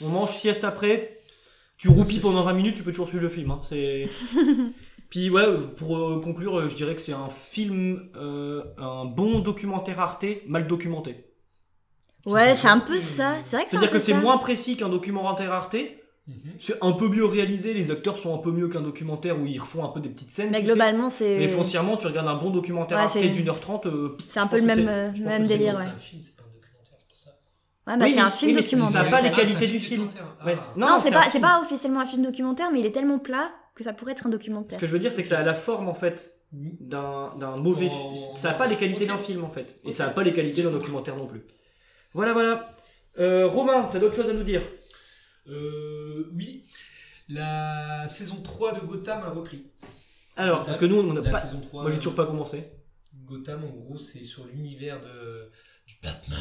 Speaker 6: On mange sieste après, tu roupies
Speaker 8: C'est
Speaker 6: pendant 20 minutes, tu peux toujours suivre le film. hein, c'est... Puis ouais, pour euh, conclure, euh, je dirais que c'est un film, euh, un bon documentaire Arte, mal documenté.
Speaker 7: Ouais, c'est un peu ça. C'est vrai que c'est
Speaker 6: C'est-à-dire
Speaker 7: un peu
Speaker 6: que c'est
Speaker 7: Ah, ça.
Speaker 6: moins précis qu'un documentaire Arte,
Speaker 8: Mhm.
Speaker 6: c'est un peu mieux réalisé, les acteurs sont un peu mieux qu'un documentaire où ils refont un peu des petites scènes.
Speaker 7: Mais
Speaker 6: tu sais.
Speaker 7: globalement,
Speaker 6: Mais
Speaker 7: c'est
Speaker 6: foncièrement, tu regardes un bon documentaire
Speaker 7: Ouais,
Speaker 6: Arte
Speaker 7: c'est-
Speaker 6: d'une heure trente. euh,
Speaker 7: c'est un
Speaker 6: je
Speaker 7: peu le
Speaker 6: pense que
Speaker 7: même,
Speaker 6: c'est-
Speaker 7: euh,
Speaker 6: je pense
Speaker 7: même
Speaker 6: que c'est
Speaker 7: délire.
Speaker 8: C'est
Speaker 7: Ouais,
Speaker 8: un film, c'est pas un documentaire, c'est pour ça.
Speaker 7: Ouais, bah,
Speaker 6: Oui,
Speaker 7: c'est un
Speaker 6: mais-
Speaker 7: film
Speaker 6: oui, mais c'est-
Speaker 7: documentaire.
Speaker 6: ça a pas les
Speaker 7: en fait.
Speaker 6: qualités
Speaker 8: c'est un
Speaker 6: du film.
Speaker 8: documentaire.
Speaker 6: ouais,
Speaker 8: Ah.
Speaker 6: c'est-
Speaker 7: Non, c'est
Speaker 6: un
Speaker 7: pas,
Speaker 6: film.
Speaker 7: c'est pas officiellement un film documentaire, mais il est tellement plat que ça pourrait être un documentaire.
Speaker 6: Ce que je veux dire, c'est que ça a la forme en fait
Speaker 8: Mhm.
Speaker 6: d'un d'un mauvais.
Speaker 8: Oh.
Speaker 6: fi- Ça a pas les qualités
Speaker 8: Ok.
Speaker 6: d'un film en fait, et
Speaker 8: Ok.
Speaker 6: ça a pas les qualités d'un documentaire non plus. Voilà, voilà. Euh, Romain, t'as d'autres choses à nous dire
Speaker 8: Euh, oui, la saison 3 de Gotham a repris.
Speaker 6: Alors, parce que nous, on n'a
Speaker 8: La
Speaker 6: pas.
Speaker 8: saison 3,
Speaker 6: Moi, j'ai toujours pas commencé.
Speaker 8: Gotham, en gros, c'est sur l'univers de... du Batman.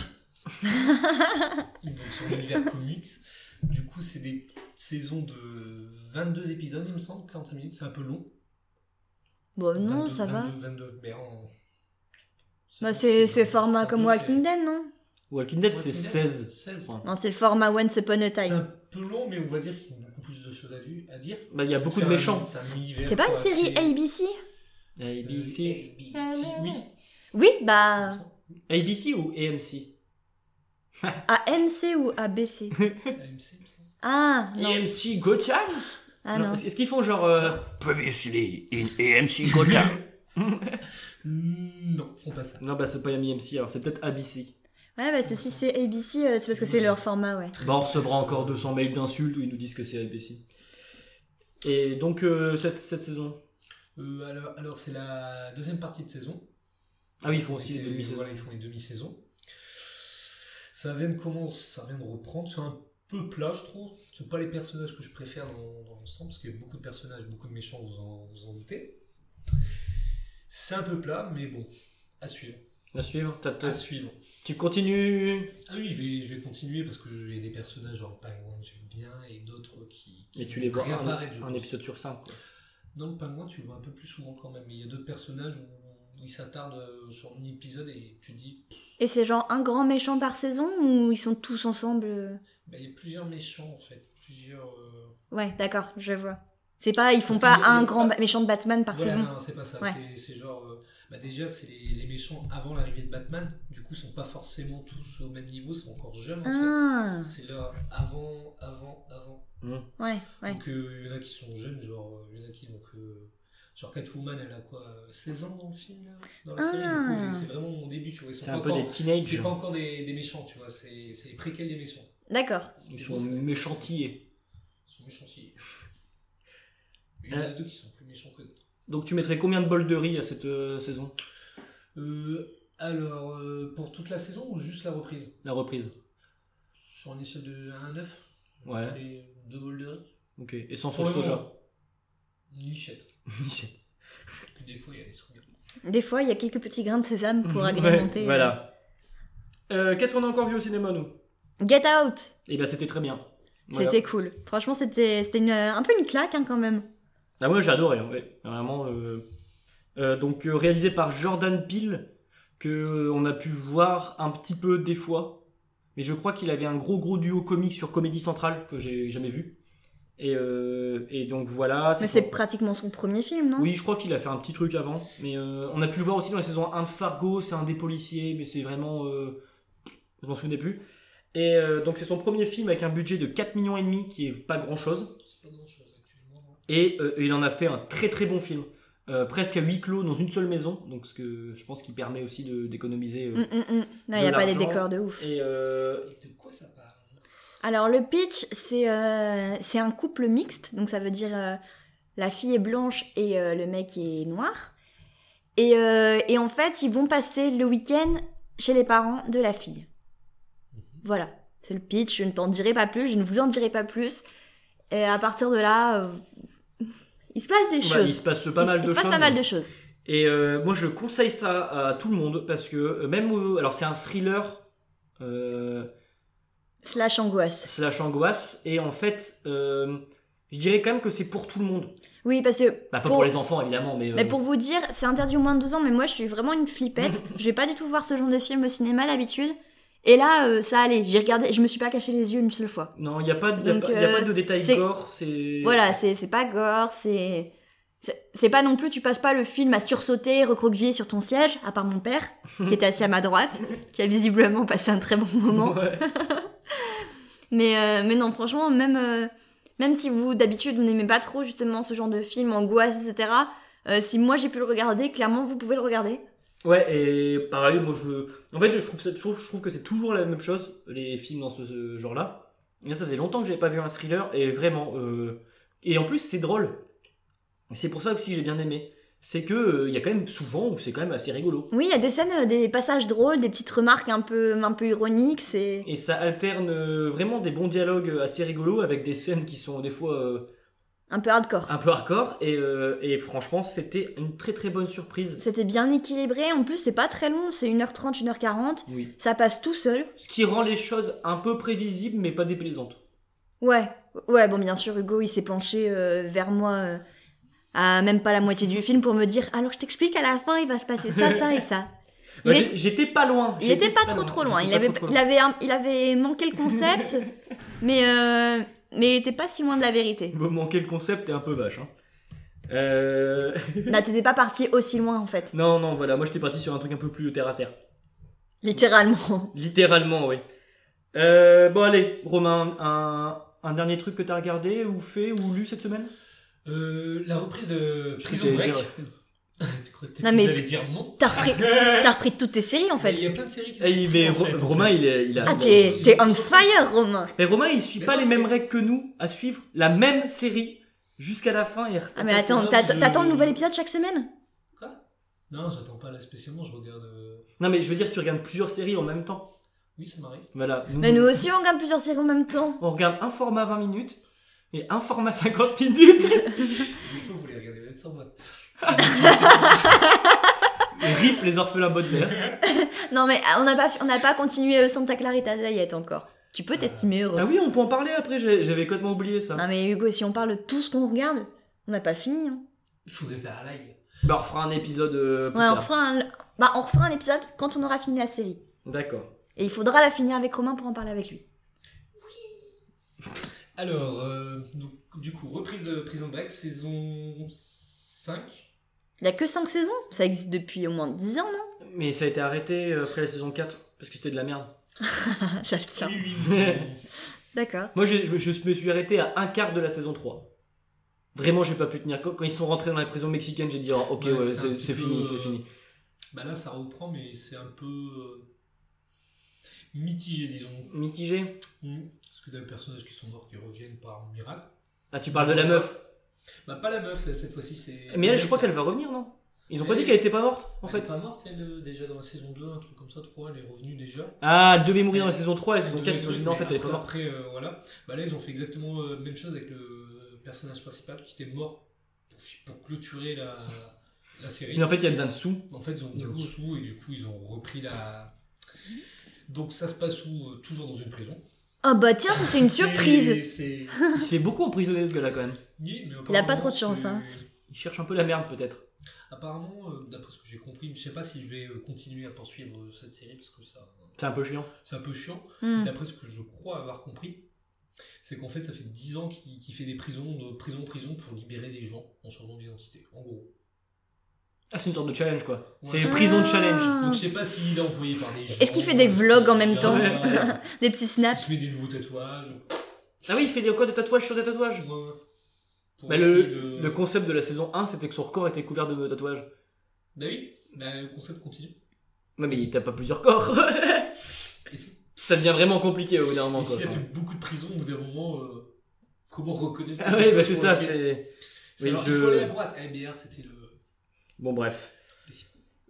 Speaker 8: Donc, sur l'univers comics. Du coup, c'est des saisons de 22 épisodes, il me semble, 45 minutes. C'est un peu long.
Speaker 7: Bon, Euh, non,
Speaker 8: 22,
Speaker 7: ça va.
Speaker 8: 22, 22, mais en...
Speaker 7: Bah, c'est c'est format comme Walking Dead, non
Speaker 6: Walking Dead, c'est
Speaker 8: Walking Dead,
Speaker 6: 16.
Speaker 8: 16.
Speaker 6: Enfin,
Speaker 7: Non, c'est le format Once Upon a
Speaker 8: C'est
Speaker 7: Time.
Speaker 8: un peu long, mais on va dire qu'ils ont beaucoup plus de choses à, du- à dire.
Speaker 6: bah, il y a beaucoup
Speaker 8: C'est
Speaker 6: de
Speaker 8: un-
Speaker 6: méchants.
Speaker 8: C'est un univers,
Speaker 7: C'est pas une
Speaker 8: quoi,
Speaker 7: série
Speaker 8: c'est-
Speaker 7: ABC
Speaker 8: Euh,
Speaker 6: ABC.
Speaker 8: ABC, oui.
Speaker 7: Oui, bah.
Speaker 6: ABC ou AMC
Speaker 7: AMC ou ABC
Speaker 8: AMC, il me semble.
Speaker 7: Ah, non.
Speaker 6: AMC Gotham
Speaker 7: Ah
Speaker 6: Non,
Speaker 7: non.
Speaker 6: Est-ce qu'ils font genre. euh,
Speaker 2: Previously in AMC Gotham.
Speaker 8: Mm, Non, on passe ça.
Speaker 6: Non, bah, c'est pas AMC, alors c'est peut-être ABC.
Speaker 7: Ouais, bah ceci c'est ABC, euh, c'est parce que c'est leur format, ouais.
Speaker 6: Bah, on recevra encore 200 mails d'insultes où ils nous disent que c'est ABC. Et donc, euh, cette, cette saison
Speaker 8: Euh, alors, alors, c'est la deuxième partie de saison.
Speaker 6: Ah oui, ils font aussi
Speaker 8: Et,
Speaker 6: les demi-saisons.
Speaker 8: Voilà, ils font les demi-saisons. Ça vient de commencer, ça vient de reprendre. C'est un peu plat, je trouve. Ce sont pas les personnages que je préfère dans, dans l'ensemble, parce qu'il y a beaucoup de personnages, beaucoup de méchants, vous en, vous en doutez. C'est un peu plat, mais bon, à suivre.
Speaker 6: À suivre. T'as- t'as-
Speaker 8: À suivre.
Speaker 6: Tu continues.
Speaker 8: Ah oui, je vais, je vais continuer parce que j'ai des personnages genre Pingouin que j'aime bien et d'autres qui, qui
Speaker 6: Et tu les vois un,
Speaker 8: réapparaître, je
Speaker 6: un
Speaker 8: pense.
Speaker 6: épisode sur 5.
Speaker 8: Dans le Pingouin, tu le vois un peu plus souvent quand même. mais Il y a d'autres personnages où il s'attarde euh, sur un épisode et tu dis,
Speaker 7: Et c'est genre un grand méchant par saison ou ils sont tous ensemble euh
Speaker 8: bah, il y a plusieurs méchants en fait, plusieurs. euh,
Speaker 7: Ouais, d'accord, je vois. C'est pas, ils font
Speaker 8: Parce
Speaker 7: pas
Speaker 8: qu'il y a-
Speaker 7: un grand ba- méchant de Batman par
Speaker 8: Voilà,
Speaker 7: saison.
Speaker 8: non, c'est pas ça.
Speaker 7: Ouais.
Speaker 8: C'est- C'est genre. euh, bah déjà, c'est les, les méchants avant l'arrivée de Batman, du coup, sont pas forcément tous au même niveau, sont encore jeunes en
Speaker 7: Ah,
Speaker 8: fait. C'est là avant, avant, avant.
Speaker 7: Ah, ouais, ouais.
Speaker 8: Donc, euh, il y en a qui sont jeunes, genre. euh, Il y en a qui, donc. euh, genre Catwoman, elle a quoi euh, 16 ans dans le film, là Dans la série Du
Speaker 7: Ah.
Speaker 8: coup, c'est vraiment mon début, tu vois. Ils sont
Speaker 6: C'est
Speaker 8: pas
Speaker 6: un peu
Speaker 8: encore-
Speaker 6: des teenagers.
Speaker 8: C'est pas encore des, des méchants, tu vois. C'est c'est les préquels des méchants.
Speaker 7: D'accord.
Speaker 6: Ils
Speaker 8: Des
Speaker 6: sont
Speaker 8: fois, c'est-
Speaker 6: méchantillés.
Speaker 8: ils sont méchants si. Il y en a
Speaker 6: Euh.
Speaker 8: deux qui sont plus méchants que d'autres.
Speaker 6: Donc tu mettrais combien de bols de riz à cette euh, saison
Speaker 8: Euh, alors, euh, pour toute la saison ou juste la reprise
Speaker 6: La reprise.
Speaker 8: Sur une échelle de 1 à 9 je
Speaker 6: Ouais.
Speaker 8: mettrais Deux bols de riz
Speaker 6: Ok. Et sans sauce
Speaker 8: Pour le
Speaker 6: soja.
Speaker 8: moment, Une lichette.
Speaker 6: Michette.
Speaker 8: Puis Des fois, il y a des trucs.
Speaker 7: Des fois, il y a quelques petits grains de sésame pour
Speaker 6: Ouais,
Speaker 7: agrémenter. euh,
Speaker 6: voilà. Euh, Qu'est-ce qu'on a encore vu au cinéma nous
Speaker 7: Get Out
Speaker 6: Eh ben c'était très bien. Voilà.
Speaker 7: C'était cool. Franchement, c'était c'était une- un peu une claque hein, quand même.
Speaker 6: Ah moi j'ai adoré, hein, ouais. vraiment. euh, euh, donc euh, réalisé par Jordan Peele, que euh, on a pu voir un petit peu des fois, mais je crois qu'il avait un gros gros duo comique sur Comédie Centrale que j'ai jamais vu. Et, euh, et donc voilà.
Speaker 7: Mais c'est pratiquement son premier film, non
Speaker 6: Oui, je crois qu'il a fait un petit truc avant, mais euh, on a pu le voir aussi dans la saison 1 de Fargo, c'est un des policiers, mais c'est vraiment... euh, je m'en souvenais plus. Et euh, donc c'est son premier film avec un budget de 4 millions et demi, qui est pas grand-chose.
Speaker 8: C'est pas grand chose actuellement. hein. non
Speaker 6: Et euh, il en a fait un très très bon film. Euh, presque à huis clos dans une seule maison, donc ce que je pense qu'il permet aussi de- d'économiser. euh.
Speaker 7: Mm, mm, mm. Non, il n'y
Speaker 6: De
Speaker 7: a pas des
Speaker 6: l'argent.
Speaker 7: décors de ouf.
Speaker 6: Et euh,
Speaker 8: Et de quoi ça parle
Speaker 7: Alors le pitch, c'est euh, c'est un couple mixte, donc ça veut dire euh, la fille est blanche et euh, le mec est noir. Et, euh, et en fait, ils vont passer le week-end chez les parents de la fille.
Speaker 6: Mhm.
Speaker 7: Voilà, c'est le pitch, je ne t'en dirai pas plus, je ne vous en dirai pas plus. Et à partir de là, euh, il se passe des
Speaker 6: bah, il
Speaker 7: choses.
Speaker 6: se passe pas
Speaker 7: il se-
Speaker 6: mal
Speaker 7: il
Speaker 6: de
Speaker 7: se passe
Speaker 6: choses.
Speaker 7: pas mal de choses.
Speaker 6: Et euh, moi je conseille ça à tout le monde parce que euh, même au- alors c'est un thriller euh,
Speaker 7: Slash angoisse.
Speaker 6: slash angoisse et en fait euh, je dirais quand même que c'est pour tout le monde.
Speaker 7: Oui, parce que
Speaker 6: Bah, pas pour,
Speaker 7: Pour-
Speaker 6: les enfants évidemment, mais, euh,
Speaker 7: Mais Bah, pour vous dire, c'est interdit aux moins de 12 ans, mais moi je suis vraiment une flippette. je vais pas du tout voir ce genre de film au cinéma d'habitude. Et là, euh, ça allait. J'ai regardé, je me suis pas caché les yeux une seule fois.
Speaker 6: non il n'y a pas de, y a
Speaker 7: Donc,
Speaker 6: pas- y a
Speaker 7: euh,
Speaker 6: pas de détails
Speaker 7: c'est-
Speaker 6: gore, c'est
Speaker 7: Voilà, c'est c'est pas gore, c'est. c'est- C'est pas non plus, tu passes pas le film à sursauter, recroquevillé sur ton siège, à part mon père, qui était assis à ma droite, qui a visiblement passé un très bon moment.
Speaker 6: Ouais.
Speaker 7: Mais, euh, mais non, franchement, même, euh, même si vous, d'habitude, vous n'aimez pas trop justement ce genre de film, angoisse, etc., euh, si moi j'ai pu le regarder, clairement, vous pouvez le regarder.
Speaker 6: Ouais, et pareil, moi je. En fait, je trouve, ça- je trouve, je trouve que c'est toujours la même chose, les films dans ce, ce genre-là. Et là, ça faisait longtemps que j'avais pas vu un thriller, et vraiment. euh, Et en plus, c'est drôle. C'est pour ça aussi que j'ai bien aimé. C'est que euh, il y a quand même souvent où c'est quand même assez rigolo.
Speaker 7: Oui, il y a des scènes, euh, des passages drôles, des petites remarques un peu, un peu ironiques, c'est...
Speaker 6: Et ça alterne euh, vraiment des bons dialogues assez rigolos avec des scènes qui sont des fois euh,
Speaker 7: un peu hardcore.
Speaker 6: un peu hardcore. Et, euh, et franchement, c'était une très très bonne surprise.
Speaker 7: C'était bien équilibré, en plus c'est pas très long, c'est 1h30, 1h40,
Speaker 6: Oui.
Speaker 7: ça passe tout seul.
Speaker 6: Ce qui rend les choses un peu prévisibles, mais pas déplaisantes.
Speaker 7: Ouais, ouais, bon bien sûr Hugo il s'est penché euh, vers moi euh, à même pas la moitié du film pour me dire « Alors je t'explique, à la fin il va se passer ça, ça et ça ». Il,
Speaker 6: Bah,
Speaker 7: est-
Speaker 6: j'ai- J'étais pas loin.
Speaker 7: il
Speaker 6: J'étais
Speaker 7: était pas trop trop loin, il
Speaker 6: J'étais
Speaker 7: avait,
Speaker 6: pas trop, trop
Speaker 7: il,
Speaker 6: loin.
Speaker 7: avait un- il avait manqué le concept, mais, euh, mais il était pas si loin de la vérité.
Speaker 6: Il me manquait le concept, t'es un peu vache. Hein. Euh,
Speaker 7: Là Bah, t'étais pas parti aussi loin en fait,
Speaker 6: non, non, voilà, moi j'étais parti sur un truc un peu plus terre à terre.
Speaker 7: littéralement.
Speaker 6: Littéralement, oui. Euh, bon, allez, Romain, un, un dernier truc que t'as regardé ou fait ou lu cette semaine
Speaker 8: Euh, La reprise de Prison
Speaker 6: J'allais
Speaker 8: Break.
Speaker 6: dire-
Speaker 8: tu crois que
Speaker 7: Non, mais
Speaker 8: t'allais
Speaker 7: tu-
Speaker 8: dire non
Speaker 7: T'as repris, t'as repris toutes tes séries en
Speaker 8: Mais euh, Il y
Speaker 7: fait.
Speaker 8: a plein de séries qui sont.
Speaker 6: Eh, il- mais
Speaker 8: reprises, en
Speaker 6: Ro-
Speaker 8: fait, en
Speaker 6: Romain,
Speaker 8: fait.
Speaker 6: il, est, il a.
Speaker 7: Ah,
Speaker 8: bon,
Speaker 7: t'es
Speaker 8: ils-
Speaker 7: t'es on fire, Romain
Speaker 6: Mais Romain, il suit
Speaker 8: Mais
Speaker 6: pas
Speaker 8: non,
Speaker 6: les mêmes
Speaker 8: c'est-
Speaker 6: règles que nous à suivre la même série jusqu'à la fin et à
Speaker 7: Ah, mais
Speaker 6: repasser
Speaker 7: attends,
Speaker 6: là.
Speaker 7: t'att-
Speaker 8: je-
Speaker 7: t'attends le nouvel épisode chaque semaine
Speaker 8: Quoi Non, j'attends pas là spécialement, je regarde. euh,
Speaker 6: Non, mais je veux dire, tu regardes plusieurs séries en même temps.
Speaker 8: Oui, ça m'arrive.
Speaker 6: Voilà.
Speaker 7: Mais nous aussi, on gagne plusieurs séries en même temps.
Speaker 6: On regarde un format 20 minutes et un format 50 minutes.
Speaker 8: Des fois, vous les regardez même sans moi.
Speaker 6: Et rip les orphelins Baudelaire.
Speaker 7: Non, mais ah, on n'a pas, fi- on n'a pas continué euh, Santa Clarita Diet encore. Tu peux t'estimer heureux. Ah,
Speaker 6: Ah oui, on peut en parler après, j'ai- j'avais complètement oublié ça.
Speaker 7: Non, mais Hugo, si on parle de tout ce qu'on regarde, on n'a pas fini. hein.
Speaker 8: Il faudrait faire un live.
Speaker 6: Bah, on refera un épisode euh, plus
Speaker 7: Ouais, on
Speaker 6: tard.
Speaker 7: refera, un... bah, on refera un épisode quand on aura fini la série.
Speaker 6: D'accord.
Speaker 7: Et il faudra la finir avec Romain pour en parler avec lui.
Speaker 8: Alors, euh, donc, du coup, reprise de Prison Break, saison 5.
Speaker 7: Il y a que 5 saisons Ça existe depuis au moins 10 ans, non
Speaker 6: Mais ça a été arrêté euh, après la saison 4 parce que c'était de la merde.
Speaker 7: Ça se tient.
Speaker 8: Oui, oui, c'est-
Speaker 7: D'accord.
Speaker 6: Moi, j'ai- je, je me suis arrêté à un quart de la saison 3. Vraiment, j'ai pas pu tenir. Quand, quand ils sont rentrés dans la prison mexicaine, j'ai dit oh, ok,
Speaker 8: Ouais,
Speaker 6: ouais,
Speaker 8: c'est un
Speaker 6: c'est
Speaker 8: petit
Speaker 6: c'est
Speaker 8: peu,
Speaker 6: fini, c'est
Speaker 8: euh,
Speaker 6: fini.
Speaker 8: bah là, ça reprend, mais c'est un peu euh, mitigé, disons.
Speaker 6: Mitigé.
Speaker 8: Mm. Parce que t'as des personnages qui sont morts qui reviennent par miracle.
Speaker 6: Ah, tu parles de la meuf.
Speaker 8: Bah, pas la meuf, là, cette fois-ci, c'est.
Speaker 6: Mais elle, je crois qu'elle va revenir, non Ils ont pas
Speaker 8: Elle-
Speaker 6: dit qu'elle était pas morte, en
Speaker 8: Elle est
Speaker 6: fait.
Speaker 8: pas morte, elle, euh, déjà dans la saison 2, un truc comme ça, 3, elle est revenue déjà.
Speaker 6: Ah, elle devait mourir dans la saison 3, la saison
Speaker 8: Tous
Speaker 6: 4,
Speaker 8: les
Speaker 6: ils ont dit
Speaker 8: trucs,
Speaker 6: non, en
Speaker 8: mais
Speaker 6: fait, elle est pas
Speaker 8: après-
Speaker 6: morte.
Speaker 8: Après, euh, voilà. Bah là, ils ont fait exactement euh, la même chose avec le personnage principal qui était mort pour, fi- pour clôturer la, la série.
Speaker 6: Mais en fait, il y a besoin de sous.
Speaker 8: En fait, ils ont
Speaker 6: Du
Speaker 8: mis
Speaker 6: coup.
Speaker 8: dessous et du coup, ils ont repris la.
Speaker 7: Mm-hmm.
Speaker 8: Donc, ça se passe où euh, Toujours dans une prison.
Speaker 7: Ah bah tiens, ça c'est une surprise
Speaker 8: C'est- c'est-
Speaker 6: Il se fait beaucoup emprisonner, ce gars-là, quand même.
Speaker 8: Oui, mais
Speaker 7: Il a pas
Speaker 8: apparemment,
Speaker 7: trop de chance,
Speaker 8: c'est-
Speaker 7: hein.
Speaker 6: Il cherche un peu la merde, peut-être.
Speaker 8: Apparemment, euh, d'après ce que j'ai compris, je sais pas si je vais euh, continuer à poursuivre euh, cette série parce que ça,
Speaker 6: C'est un peu chiant.
Speaker 8: c'est un peu chiant.
Speaker 7: Hmm.
Speaker 8: D'après ce que je crois avoir compris, c'est qu'en fait, ça fait 10 ans qu'il qu'il fait des prisons, de prison en prison, pour libérer des gens en changeant d'identité, en gros.
Speaker 6: Ah, c'est une sorte de challenge, quoi.
Speaker 8: Ouais.
Speaker 6: C'est prison de challenge.
Speaker 7: Ah.
Speaker 8: Donc, je sais pas s'il est employé par des gens. euh,
Speaker 7: Est-ce qu'il fait des vlogs en même
Speaker 8: s'il-
Speaker 7: temps
Speaker 8: Ouais.
Speaker 7: Des petits
Speaker 8: Il
Speaker 7: snaps.
Speaker 8: se met des nouveaux tatouages.
Speaker 6: Ah oui, il fait des encore des tatouages sur des tatouages.
Speaker 8: Ouais. Pour
Speaker 6: Bah, le,
Speaker 8: essayer de-
Speaker 6: le concept de la saison 1, c'était que son corps était couvert de tatouages.
Speaker 8: Bah oui, bah, le concept continue.
Speaker 6: Ouais, mais t'as pas plusieurs corps. ça devient vraiment compliqué au bout d'un moment,
Speaker 8: Et
Speaker 6: quoi.
Speaker 8: s'il a fait beaucoup de prisons, au bout d'un moment, euh, comment reconnaître
Speaker 6: Ah
Speaker 8: le
Speaker 6: oui,
Speaker 8: tatouage
Speaker 6: bah c'est
Speaker 8: sur
Speaker 6: ça,
Speaker 8: lequel-
Speaker 6: c'est...
Speaker 8: C'est
Speaker 6: oui,
Speaker 8: alors,
Speaker 6: je-
Speaker 8: Il faut aller à droite. Eh, merde, c'était le.
Speaker 6: Bon, bref.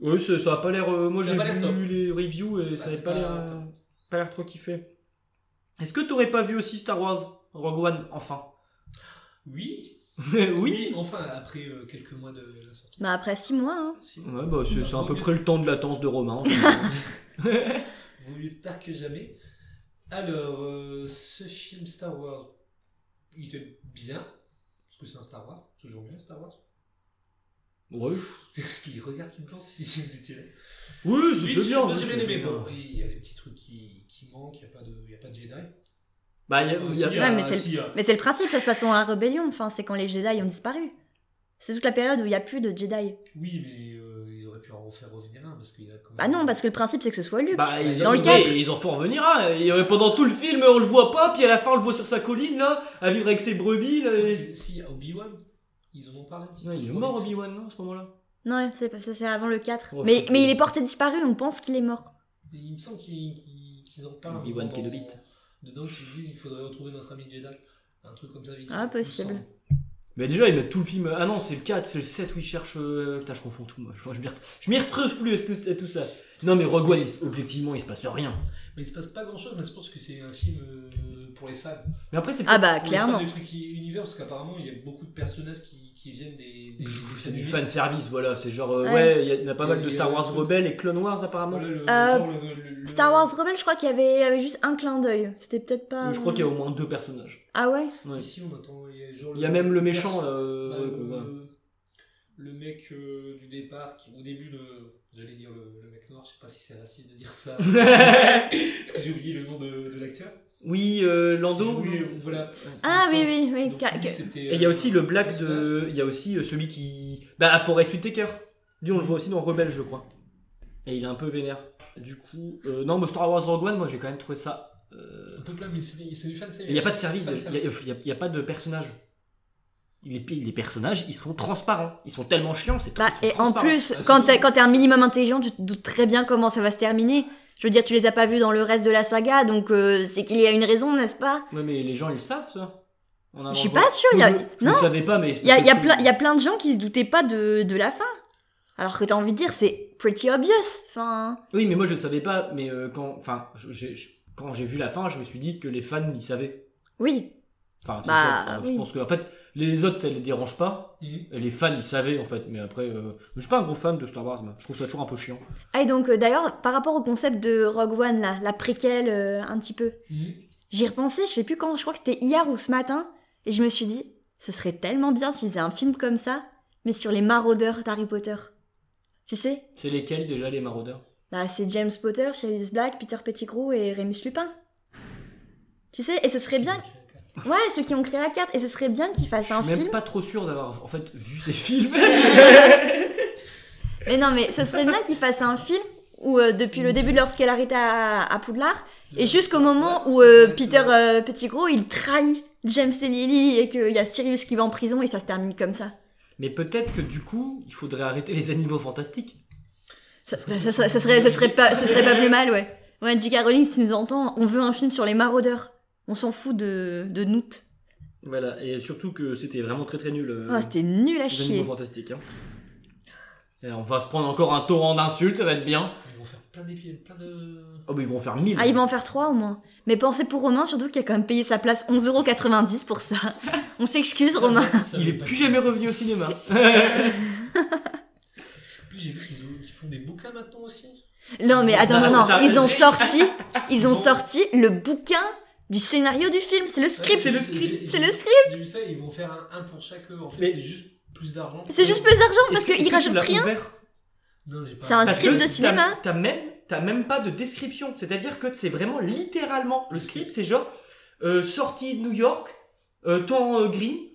Speaker 6: Oui, ça ça a pas l'air... euh, moi,
Speaker 8: Ça a
Speaker 6: j'ai
Speaker 8: pas l'air
Speaker 6: vu
Speaker 8: top. Bah,
Speaker 6: les reviews et ça
Speaker 8: c'est
Speaker 6: a pas
Speaker 8: pas-
Speaker 6: l'air... euh, Pas l'air trop kiffé. Est-ce que t'aurais pas vu aussi Star Wars Rogue One, enfin
Speaker 8: Oui,
Speaker 6: Euh, Oui
Speaker 8: enfin, après euh, quelques mois de la sortie.
Speaker 7: Bah après 6 mois, hein.
Speaker 8: Si.
Speaker 6: Ouais, bah c'est
Speaker 8: Bah,
Speaker 6: c'est à
Speaker 8: vaut
Speaker 6: peu
Speaker 8: mieux-
Speaker 6: près le temps de latence de Romain.
Speaker 8: Vaut mieux tard que jamais. Alors, euh, ce film Star Wars, il était bien. Parce que c'est un Star Wars. Toujours bien, Star Wars.
Speaker 6: ouais.
Speaker 8: Parce qu'il regarde qui me lance si si vous étiez là.
Speaker 6: Oui,
Speaker 8: Oui,
Speaker 6: c'était
Speaker 8: si,
Speaker 6: bien.
Speaker 8: moi,
Speaker 6: oui,
Speaker 8: j'ai bien
Speaker 6: c'était
Speaker 8: aimé.
Speaker 6: bien.
Speaker 8: Bon, oui, il y a des petits trucs qui, qui manquent. Il n'y a, pas de- il y a pas de Jedi.
Speaker 6: Bah, il y a-
Speaker 8: Euh,
Speaker 6: il y a-
Speaker 8: si, il y a-
Speaker 7: Ouais, mais c'est le-
Speaker 8: si, il y a-
Speaker 7: Mais c'est le principe, ça se passe en la rébellion, enfin c'est quand les Jedi ont disparu. C'est toute la période où il n'y a plus de Jedi.
Speaker 8: Oui, mais euh, ils auraient pu en faire revenir un. Parce qu'il y a quand même.
Speaker 7: Bah non, parce que le principe c'est que ce soit Luke.
Speaker 6: Bah, ils,
Speaker 7: Dans le
Speaker 6: oui,
Speaker 7: quatre.
Speaker 6: ils en font revenir, hein. Et, euh, pendant tout le film, on le voit pas, puis à la fin, on le voit sur sa colline, là, à vivre avec ses brebis, là. et-
Speaker 8: Si, si, à Obi-Wan, ils en ont parlé un petit
Speaker 6: Non,
Speaker 8: peu.
Speaker 6: il
Speaker 8: je
Speaker 6: est
Speaker 8: crois,
Speaker 6: mort,
Speaker 8: vite.
Speaker 6: Obi-Wan, non, à ce moment-là
Speaker 7: Non, c'est pas- ça, c'est avant le 4.
Speaker 6: Oh,
Speaker 7: mais,
Speaker 6: c'est cool.
Speaker 7: mais il est porté disparu, on pense qu'il est mort.
Speaker 8: Et Il me semble qu'ils qu'ils- qu'ils en parlent.
Speaker 6: Obi-Wan
Speaker 8: dans-
Speaker 6: Kenobi.
Speaker 8: Dedans, qu'ils disent qu'il faudrait retrouver notre ami Jedi. Un truc comme ça, vite.
Speaker 7: Ah,
Speaker 8: il me
Speaker 7: possible.
Speaker 8: semble.
Speaker 6: Mais déjà, ils mettent tout le film. Ah non, c'est le 4, c'est le 7 où ils cherchent. euh, Putain, je confonds tout, moi. Je, je m'y ret- je m'y retrouve plus à ce que c'est tout ça. Non, mais Rogue One, il- objectivement, il se passe rien.
Speaker 8: Mais il se passe pas grand chose, mais je pense que c'est un film euh, pour les fans.
Speaker 6: Mais après, c'est.
Speaker 7: Ah bah
Speaker 8: Pour les fans
Speaker 7: clairement.
Speaker 8: des trucs qui- univers, parce qu'apparemment, il y a beaucoup de personnages qui, qui viennent des. des, des
Speaker 6: C'est du
Speaker 8: animés.
Speaker 6: fan service, voilà. C'est genre, euh,
Speaker 7: Ouais.
Speaker 6: ouais, il y, a- il y en a pas
Speaker 8: Et
Speaker 6: mal de
Speaker 8: il y a
Speaker 6: Star
Speaker 8: un
Speaker 6: Wars
Speaker 8: truc-
Speaker 6: Rebelles et Clone Wars, apparemment.
Speaker 8: Voilà, le- le
Speaker 7: Euh,
Speaker 8: genre, le- le- le-
Speaker 7: Star Wars Rebelle, je crois qu'il y avait, il y avait juste un clin d'œil. C'était peut-être pas.
Speaker 6: Euh, Je crois qu'il y a au moins deux personnages.
Speaker 7: Ah ouais
Speaker 6: Ouais.
Speaker 8: Ici, on attend. Il y a, genre
Speaker 6: Il y a même le méchant,
Speaker 8: perso-
Speaker 6: là, euh,
Speaker 8: bah,
Speaker 6: ouais,
Speaker 8: le-
Speaker 6: quoi, ouais.
Speaker 8: le mec euh, du départ, qui, au début, le. J'allais dire le, le mec noir, je sais pas si c'est raciste de dire ça. parce que j'ai oublié le nom de, de l'acteur.
Speaker 6: Oui, euh, Lando.
Speaker 8: Oui, euh, voilà.
Speaker 7: Ah
Speaker 8: Il
Speaker 7: oui,
Speaker 8: me
Speaker 7: oui, oui.
Speaker 8: Donc,
Speaker 7: ca-
Speaker 8: lui,
Speaker 7: que-
Speaker 8: c'était,
Speaker 6: Et il y a
Speaker 8: euh,
Speaker 6: aussi le black
Speaker 8: personnage.
Speaker 6: de. Il y a aussi euh, celui qui. Bah, Forest Whitaker. Lui, on le voit aussi dans Rebelle, je crois. Et il est un peu vénère. Du coup. euh, non, mais Star Wars Rogue One, moi j'ai quand même trouvé ça. euh,
Speaker 8: Un peu plein, mais c'est c'est du fan
Speaker 6: Il n'y a pas de service, il n'y a, il y a pas de personnage. Les, les personnages, ils sont transparents. Ils sont tellement chiants, c'est
Speaker 7: Bah,
Speaker 6: ils sont
Speaker 7: et en
Speaker 6: transparents.
Speaker 7: plus,
Speaker 8: Ah,
Speaker 7: quand
Speaker 8: c'est
Speaker 7: t'es
Speaker 8: bon.
Speaker 7: quand t'es un minimum intelligent, tu te doutes très bien comment ça va se terminer. Je veux dire, tu les as pas vus dans le reste de la saga, donc euh, c'est qu'il y a une raison, n'est-ce pas
Speaker 6: Ouais, mais les gens, ils le savent, ça. On a
Speaker 7: Je suis
Speaker 6: vraiment-
Speaker 7: pas sûre, il y a-
Speaker 6: Je- Je ne
Speaker 7: non.
Speaker 6: savais pas, mais.
Speaker 7: Il y a, il y, a plein, il y a plein de gens qui se doutaient pas de, de la fin. Alors que t'as envie de dire, c'est pretty obvious. Enfin,
Speaker 6: Oui, mais moi je ne savais pas, mais euh, quand. Enfin, je- j'ai- je- quand j'ai vu la fin, je me suis dit que les fans, ils savaient.
Speaker 7: oui.
Speaker 6: Enfin, c'est
Speaker 7: Bah,
Speaker 6: ça. Enfin,
Speaker 7: oui.
Speaker 6: je pense que en fait, les autres, ça les dérange pas. Et les fans, ils savaient en fait. Mais après, euh, je suis pas un gros fan de Star Wars. moi. Je trouve ça toujours un peu chiant.
Speaker 7: Ah, et donc, euh, d'ailleurs, par rapport au concept de Rogue One, là, la préquelle, euh, un petit peu,
Speaker 8: Mmh,
Speaker 7: j'y repensais, je sais plus quand, je crois que c'était hier ou ce matin, et je me suis dit, ce serait tellement bien s'ils faisaient un film comme ça, mais sur les maraudeurs d'Harry Potter. Tu sais
Speaker 6: C'est lesquels déjà les maraudeurs
Speaker 7: Bah, c'est James Potter, Sirius Black, Peter Pettigrew et Remus Lupin. Tu sais, et ce serait bien.
Speaker 8: euh,
Speaker 7: Ouais, ceux qui ont créé la carte, et ce serait bien qu'ils fassent
Speaker 6: Je
Speaker 7: Bah, un
Speaker 6: suis même
Speaker 7: film.
Speaker 6: pas trop sûr d'avoir en fait vu ces films.
Speaker 7: Mais non, mais ce serait bien qu'ils fassent un film où, euh, depuis le début de leur scolarité à, à Poudlard, Et jusqu'au moment où euh, Peter euh, Pettigrew il trahit James et Lily et qu'il y a Sirius qui va en prison et ça se termine comme ça.
Speaker 6: Mais peut-être que du coup, il faudrait arrêter les animaux fantastiques.
Speaker 7: Ça, bah, ça- ça- ça serait, ça serait pas, ce serait pas plus mal, ouais. Ouais, J.K. Rowling, si tu nous entends, on veut un film sur les maraudeurs. On s'en fout de, de Newt.
Speaker 6: Voilà, et surtout que c'était vraiment très très nul. euh,
Speaker 7: Oh, c'était nul à
Speaker 6: les animaux
Speaker 7: chier.
Speaker 6: fantastiques. hein. Et on va se prendre encore un torrent d'insultes, ça va être bien.
Speaker 7: euh,
Speaker 8: Ils vont faire plein d'épisodes, plein de.
Speaker 6: Oh, mais ils vont en faire mille.
Speaker 7: Ah, ils vont en faire trois au moins. Mais pensez pour Romain, surtout qu'il a quand même payé sa place 11,90€ pour ça. On s'excuse, Romain.
Speaker 8: Ça
Speaker 6: Il
Speaker 8: va
Speaker 6: est
Speaker 8: pas
Speaker 6: plus
Speaker 8: être-
Speaker 6: jamais revenu au cinéma.
Speaker 8: En Plus j'ai vu qu'ils ont- qu'ils font des bouquins maintenant aussi.
Speaker 7: Non, mais attends, non, non.
Speaker 6: Ça-
Speaker 7: Ils ont sorti, ils ont sorti le bouquin du scénario du film. C'est le script.
Speaker 6: c'est le
Speaker 8: script.
Speaker 7: C'est le script.
Speaker 8: J'ai vu ça, ils vont faire un, un pour chaque. euh, En fait,
Speaker 6: Mais-
Speaker 8: c'est juste plus d'argent.
Speaker 7: C'est juste plus d'argent parce
Speaker 6: Est-ce que- est-ce
Speaker 7: qu'ils
Speaker 6: que tu
Speaker 7: rajoutent
Speaker 6: l'as
Speaker 7: rien.
Speaker 6: ouvert
Speaker 8: Non, j'ai pas.
Speaker 7: C'est un
Speaker 6: Parce
Speaker 7: script
Speaker 6: que
Speaker 7: de
Speaker 6: t'as-
Speaker 7: cinéma.
Speaker 6: T'as même, t'as même pas de description. C'est-à-dire que c'est vraiment littéralement le script. C'est genre euh, sortie de New York, euh, temps euh, gris,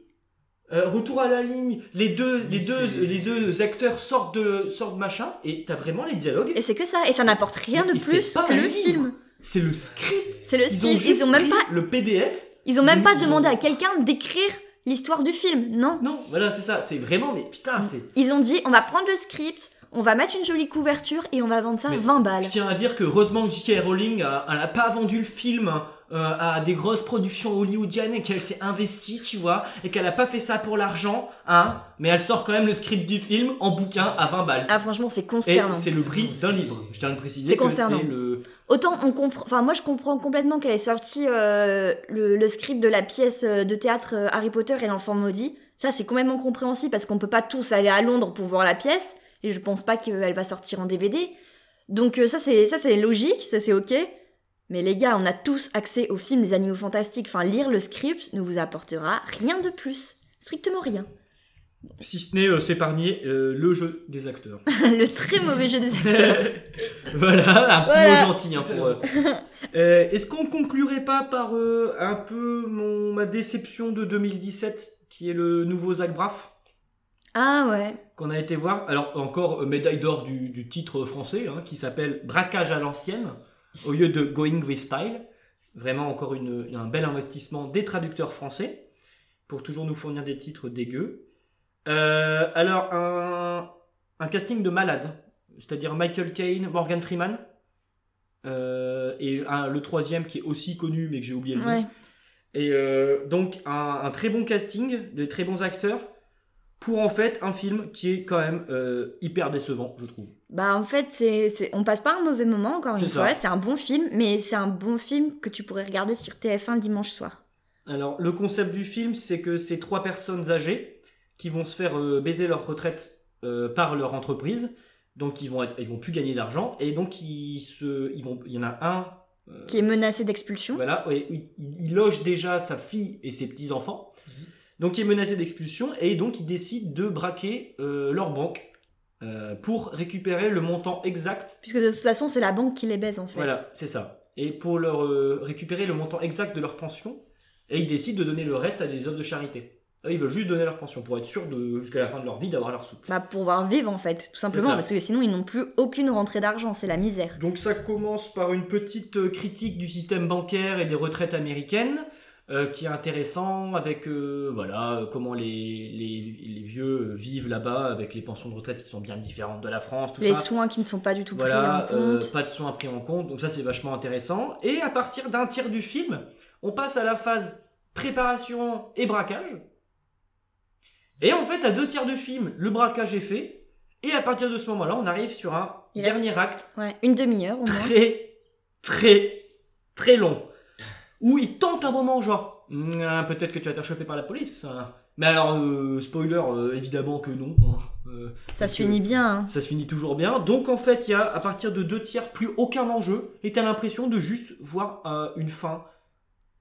Speaker 6: euh, retour à la ligne. Les deux, les
Speaker 8: Oui,
Speaker 6: deux,
Speaker 8: c'est-
Speaker 6: les deux acteurs sortent de, sortent de machin. Et t'as vraiment les dialogues.
Speaker 7: Et c'est que ça. Et ça n'apporte rien de
Speaker 6: Mais c'est
Speaker 7: plus
Speaker 6: pas
Speaker 7: que
Speaker 6: un
Speaker 7: le
Speaker 6: livre.
Speaker 7: film.
Speaker 6: C'est le script.
Speaker 7: C'est le
Speaker 6: Ils ont,
Speaker 7: script.
Speaker 6: juste
Speaker 7: Ils ont même
Speaker 6: pris
Speaker 7: pas,
Speaker 6: le PDF.
Speaker 7: ils ont même pas
Speaker 6: Ils ont-
Speaker 7: demandé à quelqu'un d'écrire l'histoire du film. Non.
Speaker 6: Non, voilà, c'est ça. C'est vraiment, mais putain, c'est.
Speaker 7: Ils ont dit on va prendre le script, on va mettre une jolie couverture et on va vendre ça
Speaker 6: Mais
Speaker 7: 20 balles.
Speaker 6: Je tiens à dire que heureusement que J.K. Rowling euh, elle a pas vendu le film euh, à des grosses productions hollywoodiennes et qu'elle s'est investie, tu vois, et qu'elle a pas fait ça pour l'argent, hein, mais elle sort quand même le script du film en bouquin à 20 balles.
Speaker 7: Ah franchement c'est
Speaker 6: et
Speaker 7: consternant.
Speaker 6: c'est le prix d'un livre. Je tiens à le
Speaker 7: C'est
Speaker 6: préciser que c'est
Speaker 7: consternant.
Speaker 6: le
Speaker 7: Autant on comprend, enfin moi je comprends complètement qu'elle ait sorti euh, le, le script de la pièce euh, de théâtre euh, Harry Potter et l'enfant maudit. Ça c'est complètement compréhensible parce qu'on peut pas tous aller à Londres pour voir la pièce et je pense pas qu'elle va sortir en DVD. Donc euh, ça c'est ça c'est logique, ça c'est ok. Mais les gars, on a tous accès au film Les Animaux Fantastiques. Enfin lire le script ne vous apportera rien de plus, strictement rien.
Speaker 6: si ce n'est euh, s'épargner euh, le jeu des acteurs.
Speaker 7: le très mauvais jeu des acteurs.
Speaker 6: voilà, un petit
Speaker 7: Voilà.
Speaker 6: mot gentil hein, pour. euh. Euh, Est-ce qu'on conclurait pas par euh, un peu mon ma déception de 2017 qui est le nouveau Zach Braff
Speaker 7: ah ouais.
Speaker 6: qu'on a été voir. Alors encore euh, médaille d'or du, du titre français hein, qui s'appelle Braquage à l'ancienne au lieu de Going with Style. Vraiment encore une, un bel investissement des traducteurs français pour toujours nous fournir des titres dégueux. Euh, alors un, un casting de malade, c'est-à-dire Michael Caine, Morgan Freeman euh, et un- le troisième qui est aussi connu mais que j'ai oublié le nom.
Speaker 7: Ouais.
Speaker 6: Et euh, donc un, un très bon casting, de très bons acteurs, pour en fait un film qui est quand même euh, hyper décevant, je trouve.
Speaker 7: Bah en fait, c'est, c'est- on passe pas un mauvais moment, encore une
Speaker 6: C'est ça.
Speaker 7: fois. C'est un bon film, mais c'est un bon film que tu pourrais regarder sur TF1 le dimanche soir.
Speaker 6: Alors le concept du film, c'est que c'est trois personnes âgées qui vont se faire euh, baiser leur retraite euh, par leur entreprise, donc ils vont être, ils vont plus gagner d'argent et donc ils se, ils vont, il y en a un euh,
Speaker 7: Qui est menacé d'expulsion.
Speaker 6: Voilà, ouais, il, il- il loge déjà sa fille et ses petits-enfants.
Speaker 8: Mhm.
Speaker 6: Donc il est menacé d'expulsion et donc il décide de braquer euh, leur banque euh, pour récupérer le montant exact.
Speaker 7: Puisque de toute façon, c'est la banque qui les baise en fait.
Speaker 6: Voilà, c'est ça. Et pour leur euh, récupérer le montant exact de leur pension, et ils décident de donner le reste à des œuvres de charité. Eux, ils veulent juste donner leur pension pour être sûr de jusqu'à la fin de leur vie d'avoir leur sou.
Speaker 7: Bah pour pouvoir vivre en fait, tout simplement,
Speaker 6: ça.
Speaker 7: parce que sinon ils n'ont plus aucune rentrée d'argent, c'est la misère.
Speaker 6: Donc ça commence par une petite euh, critique du système bancaire et des retraites américaines, euh, qui est intéressant avec euh, voilà euh, comment les, les, les vieux euh, vivent là-bas avec les pensions de retraite qui sont bien différentes de la France, tout
Speaker 7: Les
Speaker 6: ça.
Speaker 7: soins qui ne sont pas du tout
Speaker 6: voilà,
Speaker 7: pris en compte.
Speaker 6: euh, pas de soins pris en compte, donc ça c'est vachement intéressant. Et à partir d'un tiers du film, on passe à la phase préparation et braquage. Et en fait, à deux tiers du film, le braquage est fait. Et à partir de ce moment-là, on arrive sur un
Speaker 7: Il reste-
Speaker 6: dernier acte
Speaker 7: Ouais, une demi-heure au moins.
Speaker 6: très, très, très long. Où il tente un moment, genre, Mouah, peut-être que tu vas te faire choper par la police. hein. Mais alors, euh, spoiler, euh, évidemment que non. hein. Euh,
Speaker 7: Ça se
Speaker 6: que-
Speaker 7: finit bien. hein.
Speaker 6: ça se finit toujours bien. Donc en fait, il y a à partir de deux tiers plus aucun enjeu. Et t'as l'impression de juste voir euh, une fin.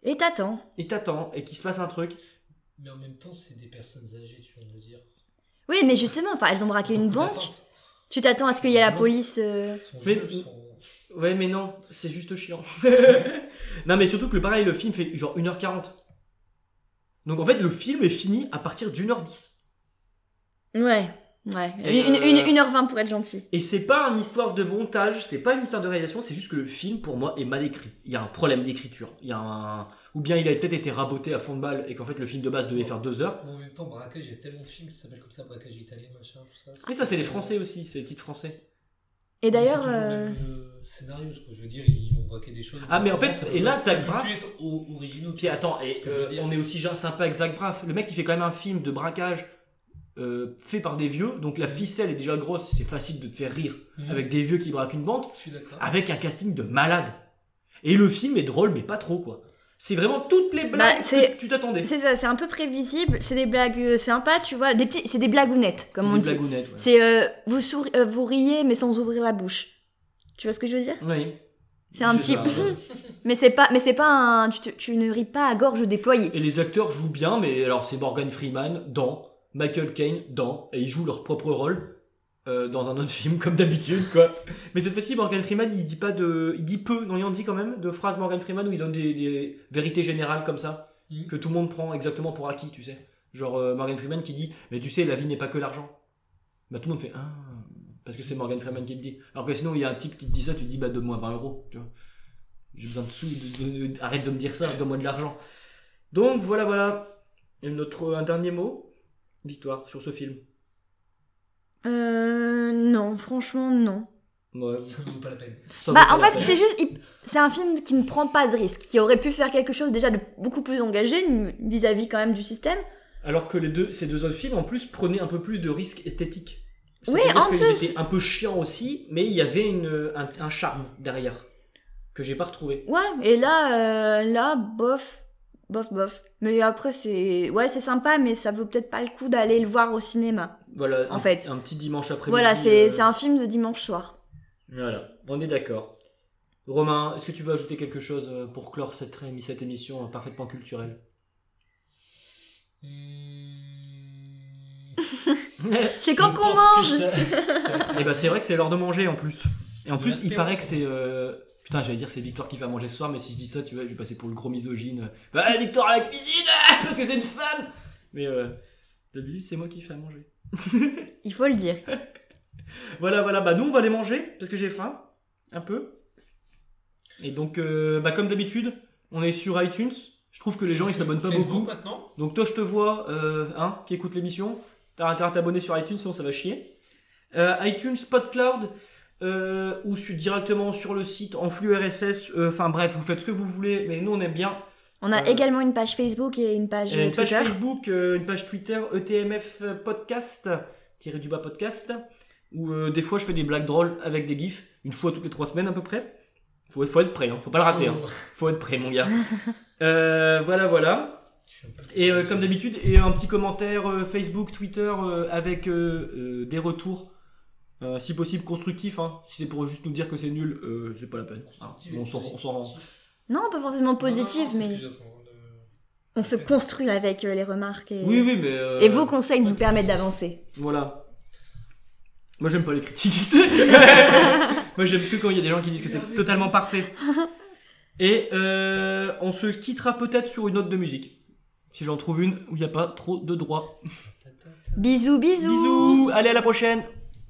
Speaker 7: Et t'attends.
Speaker 6: Et t'attends, et qu'il se passe un truc.
Speaker 8: Mais en même temps, c'est des personnes âgées, tu viens de le dire.
Speaker 7: Oui, mais justement, enfin, elles ont braqué une
Speaker 8: Beaucoup
Speaker 7: banque.
Speaker 8: d'attentes.
Speaker 7: Tu t'attends à ce qu'il y ait la
Speaker 8: Non.
Speaker 7: police. euh,
Speaker 8: Son
Speaker 6: Mais-
Speaker 8: jeu, son-
Speaker 6: Ouais, mais non, c'est juste chiant. non, mais surtout que le pareil, le film fait genre 1h40. Donc en fait, le film est fini à partir d'1h10.
Speaker 7: Ouais, ouais.
Speaker 6: Et
Speaker 7: Une,
Speaker 6: euh,
Speaker 7: une, une heure vingt pour être gentil.
Speaker 6: Et c'est pas une histoire de montage, c'est pas une histoire de réalisation, c'est juste que le film, pour moi, est mal écrit. Il y a un problème d'écriture. Il y a un... Ou bien il a peut-être été raboté à fond de balle et qu'en fait, le film de base devait faire 2 heures.
Speaker 8: Mais en même temps, Braquage, il y a tellement de films qui s'appellent comme ça, Braquage italien, machin, tout ça.
Speaker 6: Mais ça, c'est les Français aussi, c'est les titres français.
Speaker 7: Et d'ailleurs,
Speaker 8: C'est toujours le
Speaker 7: euh,
Speaker 8: même, euh, scénario, ce que je veux dire, ils vont braquer des choses.
Speaker 6: Ah, mais en fait,
Speaker 8: Ça peut
Speaker 6: et là,
Speaker 8: pas-
Speaker 6: ça
Speaker 8: peut
Speaker 6: grave.
Speaker 8: plus être au- originaux.
Speaker 6: Puis attends, et,
Speaker 8: Ce que je veux
Speaker 6: euh,
Speaker 8: dire.
Speaker 6: on est aussi genre sympa avec Zach Braff. Le mec, il fait quand même un film de braquage euh, fait par des vieux, donc la ficelle est déjà grosse, c'est facile de te faire rire
Speaker 8: Mhm.
Speaker 6: avec des vieux qui braquent une banque,
Speaker 8: Je suis d'accord.
Speaker 6: avec un casting de malade. Et le film est drôle, mais pas trop quoi. C'est vraiment toutes les
Speaker 7: Bah,
Speaker 6: blagues
Speaker 7: c'est-
Speaker 6: que tu t'attendais.
Speaker 7: c'est ça, c'est un peu prévisible. C'est des blagues euh, sympas, tu vois. Des petits, c'est des blagounettes, comme on
Speaker 6: Des
Speaker 7: dit.
Speaker 6: blagounettes, ouais.
Speaker 7: C'est euh, vous, souri- euh, vous riez, mais sans ouvrir la bouche. Tu vois ce que je veux dire
Speaker 6: Oui.
Speaker 7: C'est un petit.
Speaker 6: ça, ouais.
Speaker 7: mais c'est pas, mais c'est pas un. Tu, te- tu ne ris pas à gorge déployée.
Speaker 6: Et les acteurs jouent bien, mais alors c'est Morgan Freeman dans, Michael Caine dans, et ils jouent leur propre rôle euh, dans un autre film comme d'habitude quoi. mais cette fois-ci Morgan Freeman il dit pas de, il dit peu, non il en dit quand même de phrases Morgan Freeman où il donne des, des vérités générales comme ça
Speaker 8: Mhm.
Speaker 6: que tout le monde prend exactement pour acquis, tu sais. Genre euh, Morgan Freeman qui dit mais tu sais la vie n'est pas que l'argent. Bah tout le monde fait ah parce que c'est Morgan Freeman qui le dit. Alors que sinon il y a un type qui te dit ça, tu te dis bah donne-moi 20 euros, tu vois. J'ai besoin de sous, de- de- de- arrête de me dire ça, donne-moi de l'argent. Donc voilà, voilà. Et notre, un dernier mot, Victoire, sur ce film.
Speaker 7: Euh, non, franchement, non.
Speaker 6: Ouais,
Speaker 8: Euh, Ça ne vaut pas la peine.
Speaker 6: ça
Speaker 7: Bah,
Speaker 6: vaut
Speaker 7: en
Speaker 6: pas la
Speaker 7: fait,
Speaker 6: peine.
Speaker 7: c'est juste, il- c'est un film qui ne prend pas de risque, qui aurait pu faire quelque chose déjà de beaucoup plus engagé vis-à-vis quand même du système.
Speaker 6: Alors que les deux, ces deux autres films, en plus, prenaient un peu plus de risques esthétiques.
Speaker 7: Oui,
Speaker 6: C'est-à-dire
Speaker 7: en
Speaker 6: qu'ils
Speaker 7: plus.
Speaker 6: étaient un peu chiants aussi, mais il y avait une, un, un charme derrière que j'ai pas retrouvé.
Speaker 7: Ouais, et là, euh, là, bof, bof, bof. Mais après, c'est, ouais, c'est sympa, mais ça vaut peut-être pas le coup d'aller le voir au cinéma.
Speaker 6: Voilà.
Speaker 7: En
Speaker 6: un-
Speaker 7: fait.
Speaker 6: un petit dimanche après-midi.
Speaker 7: Voilà, c'est,
Speaker 6: euh,
Speaker 7: c'est un film de dimanche soir.
Speaker 6: Voilà, on est d'accord. Romain, est-ce que tu veux ajouter quelque chose euh, pour clore cette, ré- cette émission euh, parfaitement culturelle
Speaker 8: Hum,
Speaker 7: C'est
Speaker 8: je
Speaker 7: quand
Speaker 8: pense
Speaker 7: qu'on
Speaker 8: que
Speaker 7: mange
Speaker 8: ça- ça va être-
Speaker 6: Et bah c'est vrai que c'est l'heure de manger en plus. Et en
Speaker 8: De
Speaker 6: plus, il
Speaker 8: l'apéro,
Speaker 6: paraît que
Speaker 8: ça.
Speaker 6: c'est... euh, Putain, j'allais dire c'est Victoire qui va manger ce soir, mais si je dis ça, tu vois, je vais passer pour le gros misogyne. Bah, Victoire à la cuisine Parce que c'est une femme Mais euh, d'habitude, c'est moi qui fais à manger.
Speaker 7: Il faut le dire.
Speaker 6: Voilà, voilà, bah nous on va les manger parce que j'ai faim, un peu. Et donc, euh, bah comme d'habitude, on est sur iTunes. Je trouve que les gens ils s'abonnent pas
Speaker 8: Facebook
Speaker 6: beaucoup.
Speaker 8: maintenant
Speaker 6: Donc toi je te vois, euh, hein, qui écoute l'émission, t'as intérêt à t'abonner sur iTunes sinon ça va chier. Euh, iTunes, PodCloud, euh, ou su- directement sur le site en flux RSS, euh, enfin bref, vous faites ce que vous voulez, mais nous on aime bien.
Speaker 7: On a
Speaker 6: Euh,
Speaker 7: également une page Facebook et une page
Speaker 6: Et
Speaker 7: euh,
Speaker 6: une page
Speaker 7: Twitter.
Speaker 6: Facebook, euh, une page Twitter, ETMF Podcast, tiré du bas podcast, où euh, des fois je fais des blagues drôles avec des gifs, une fois toutes les trois semaines à peu près. Faut, faut être prêt, hein, faut pas le rater,
Speaker 8: euh,
Speaker 6: hein. faut être prêt mon gars. Euh, voilà, voilà.
Speaker 8: Je suis un peu-
Speaker 6: Et euh, comme d'habitude, et un petit commentaire euh, Facebook, Twitter euh, avec euh, euh, des retours, euh, si possible constructifs. hein. Si c'est pour juste nous dire que c'est nul, euh, c'est pas la peine. hein.
Speaker 8: Constructif et
Speaker 6: On s'en- on s'en rend.
Speaker 8: positif.
Speaker 7: Non, pas forcément
Speaker 8: Non,
Speaker 7: positive,
Speaker 8: non, non, c'est
Speaker 7: mais
Speaker 8: ce que j'attends, le-
Speaker 7: on se construit avec euh, les remarques et,
Speaker 6: Oui, oui, mais. euh,
Speaker 7: et vos conseils nous
Speaker 8: ok.
Speaker 7: permettent d'avancer.
Speaker 6: Voilà. Moi, j'aime pas les critiques. Moi, j'aime que quand il y a des gens qui disent que c'est totalement parfait. Et euh, on se quittera peut-être sur une note de musique. Si j'en trouve une où il n'y a pas trop de droits.
Speaker 8: Ta, ta, ta.
Speaker 7: Bisous, bisous.
Speaker 6: Bisous, allez à la prochaine.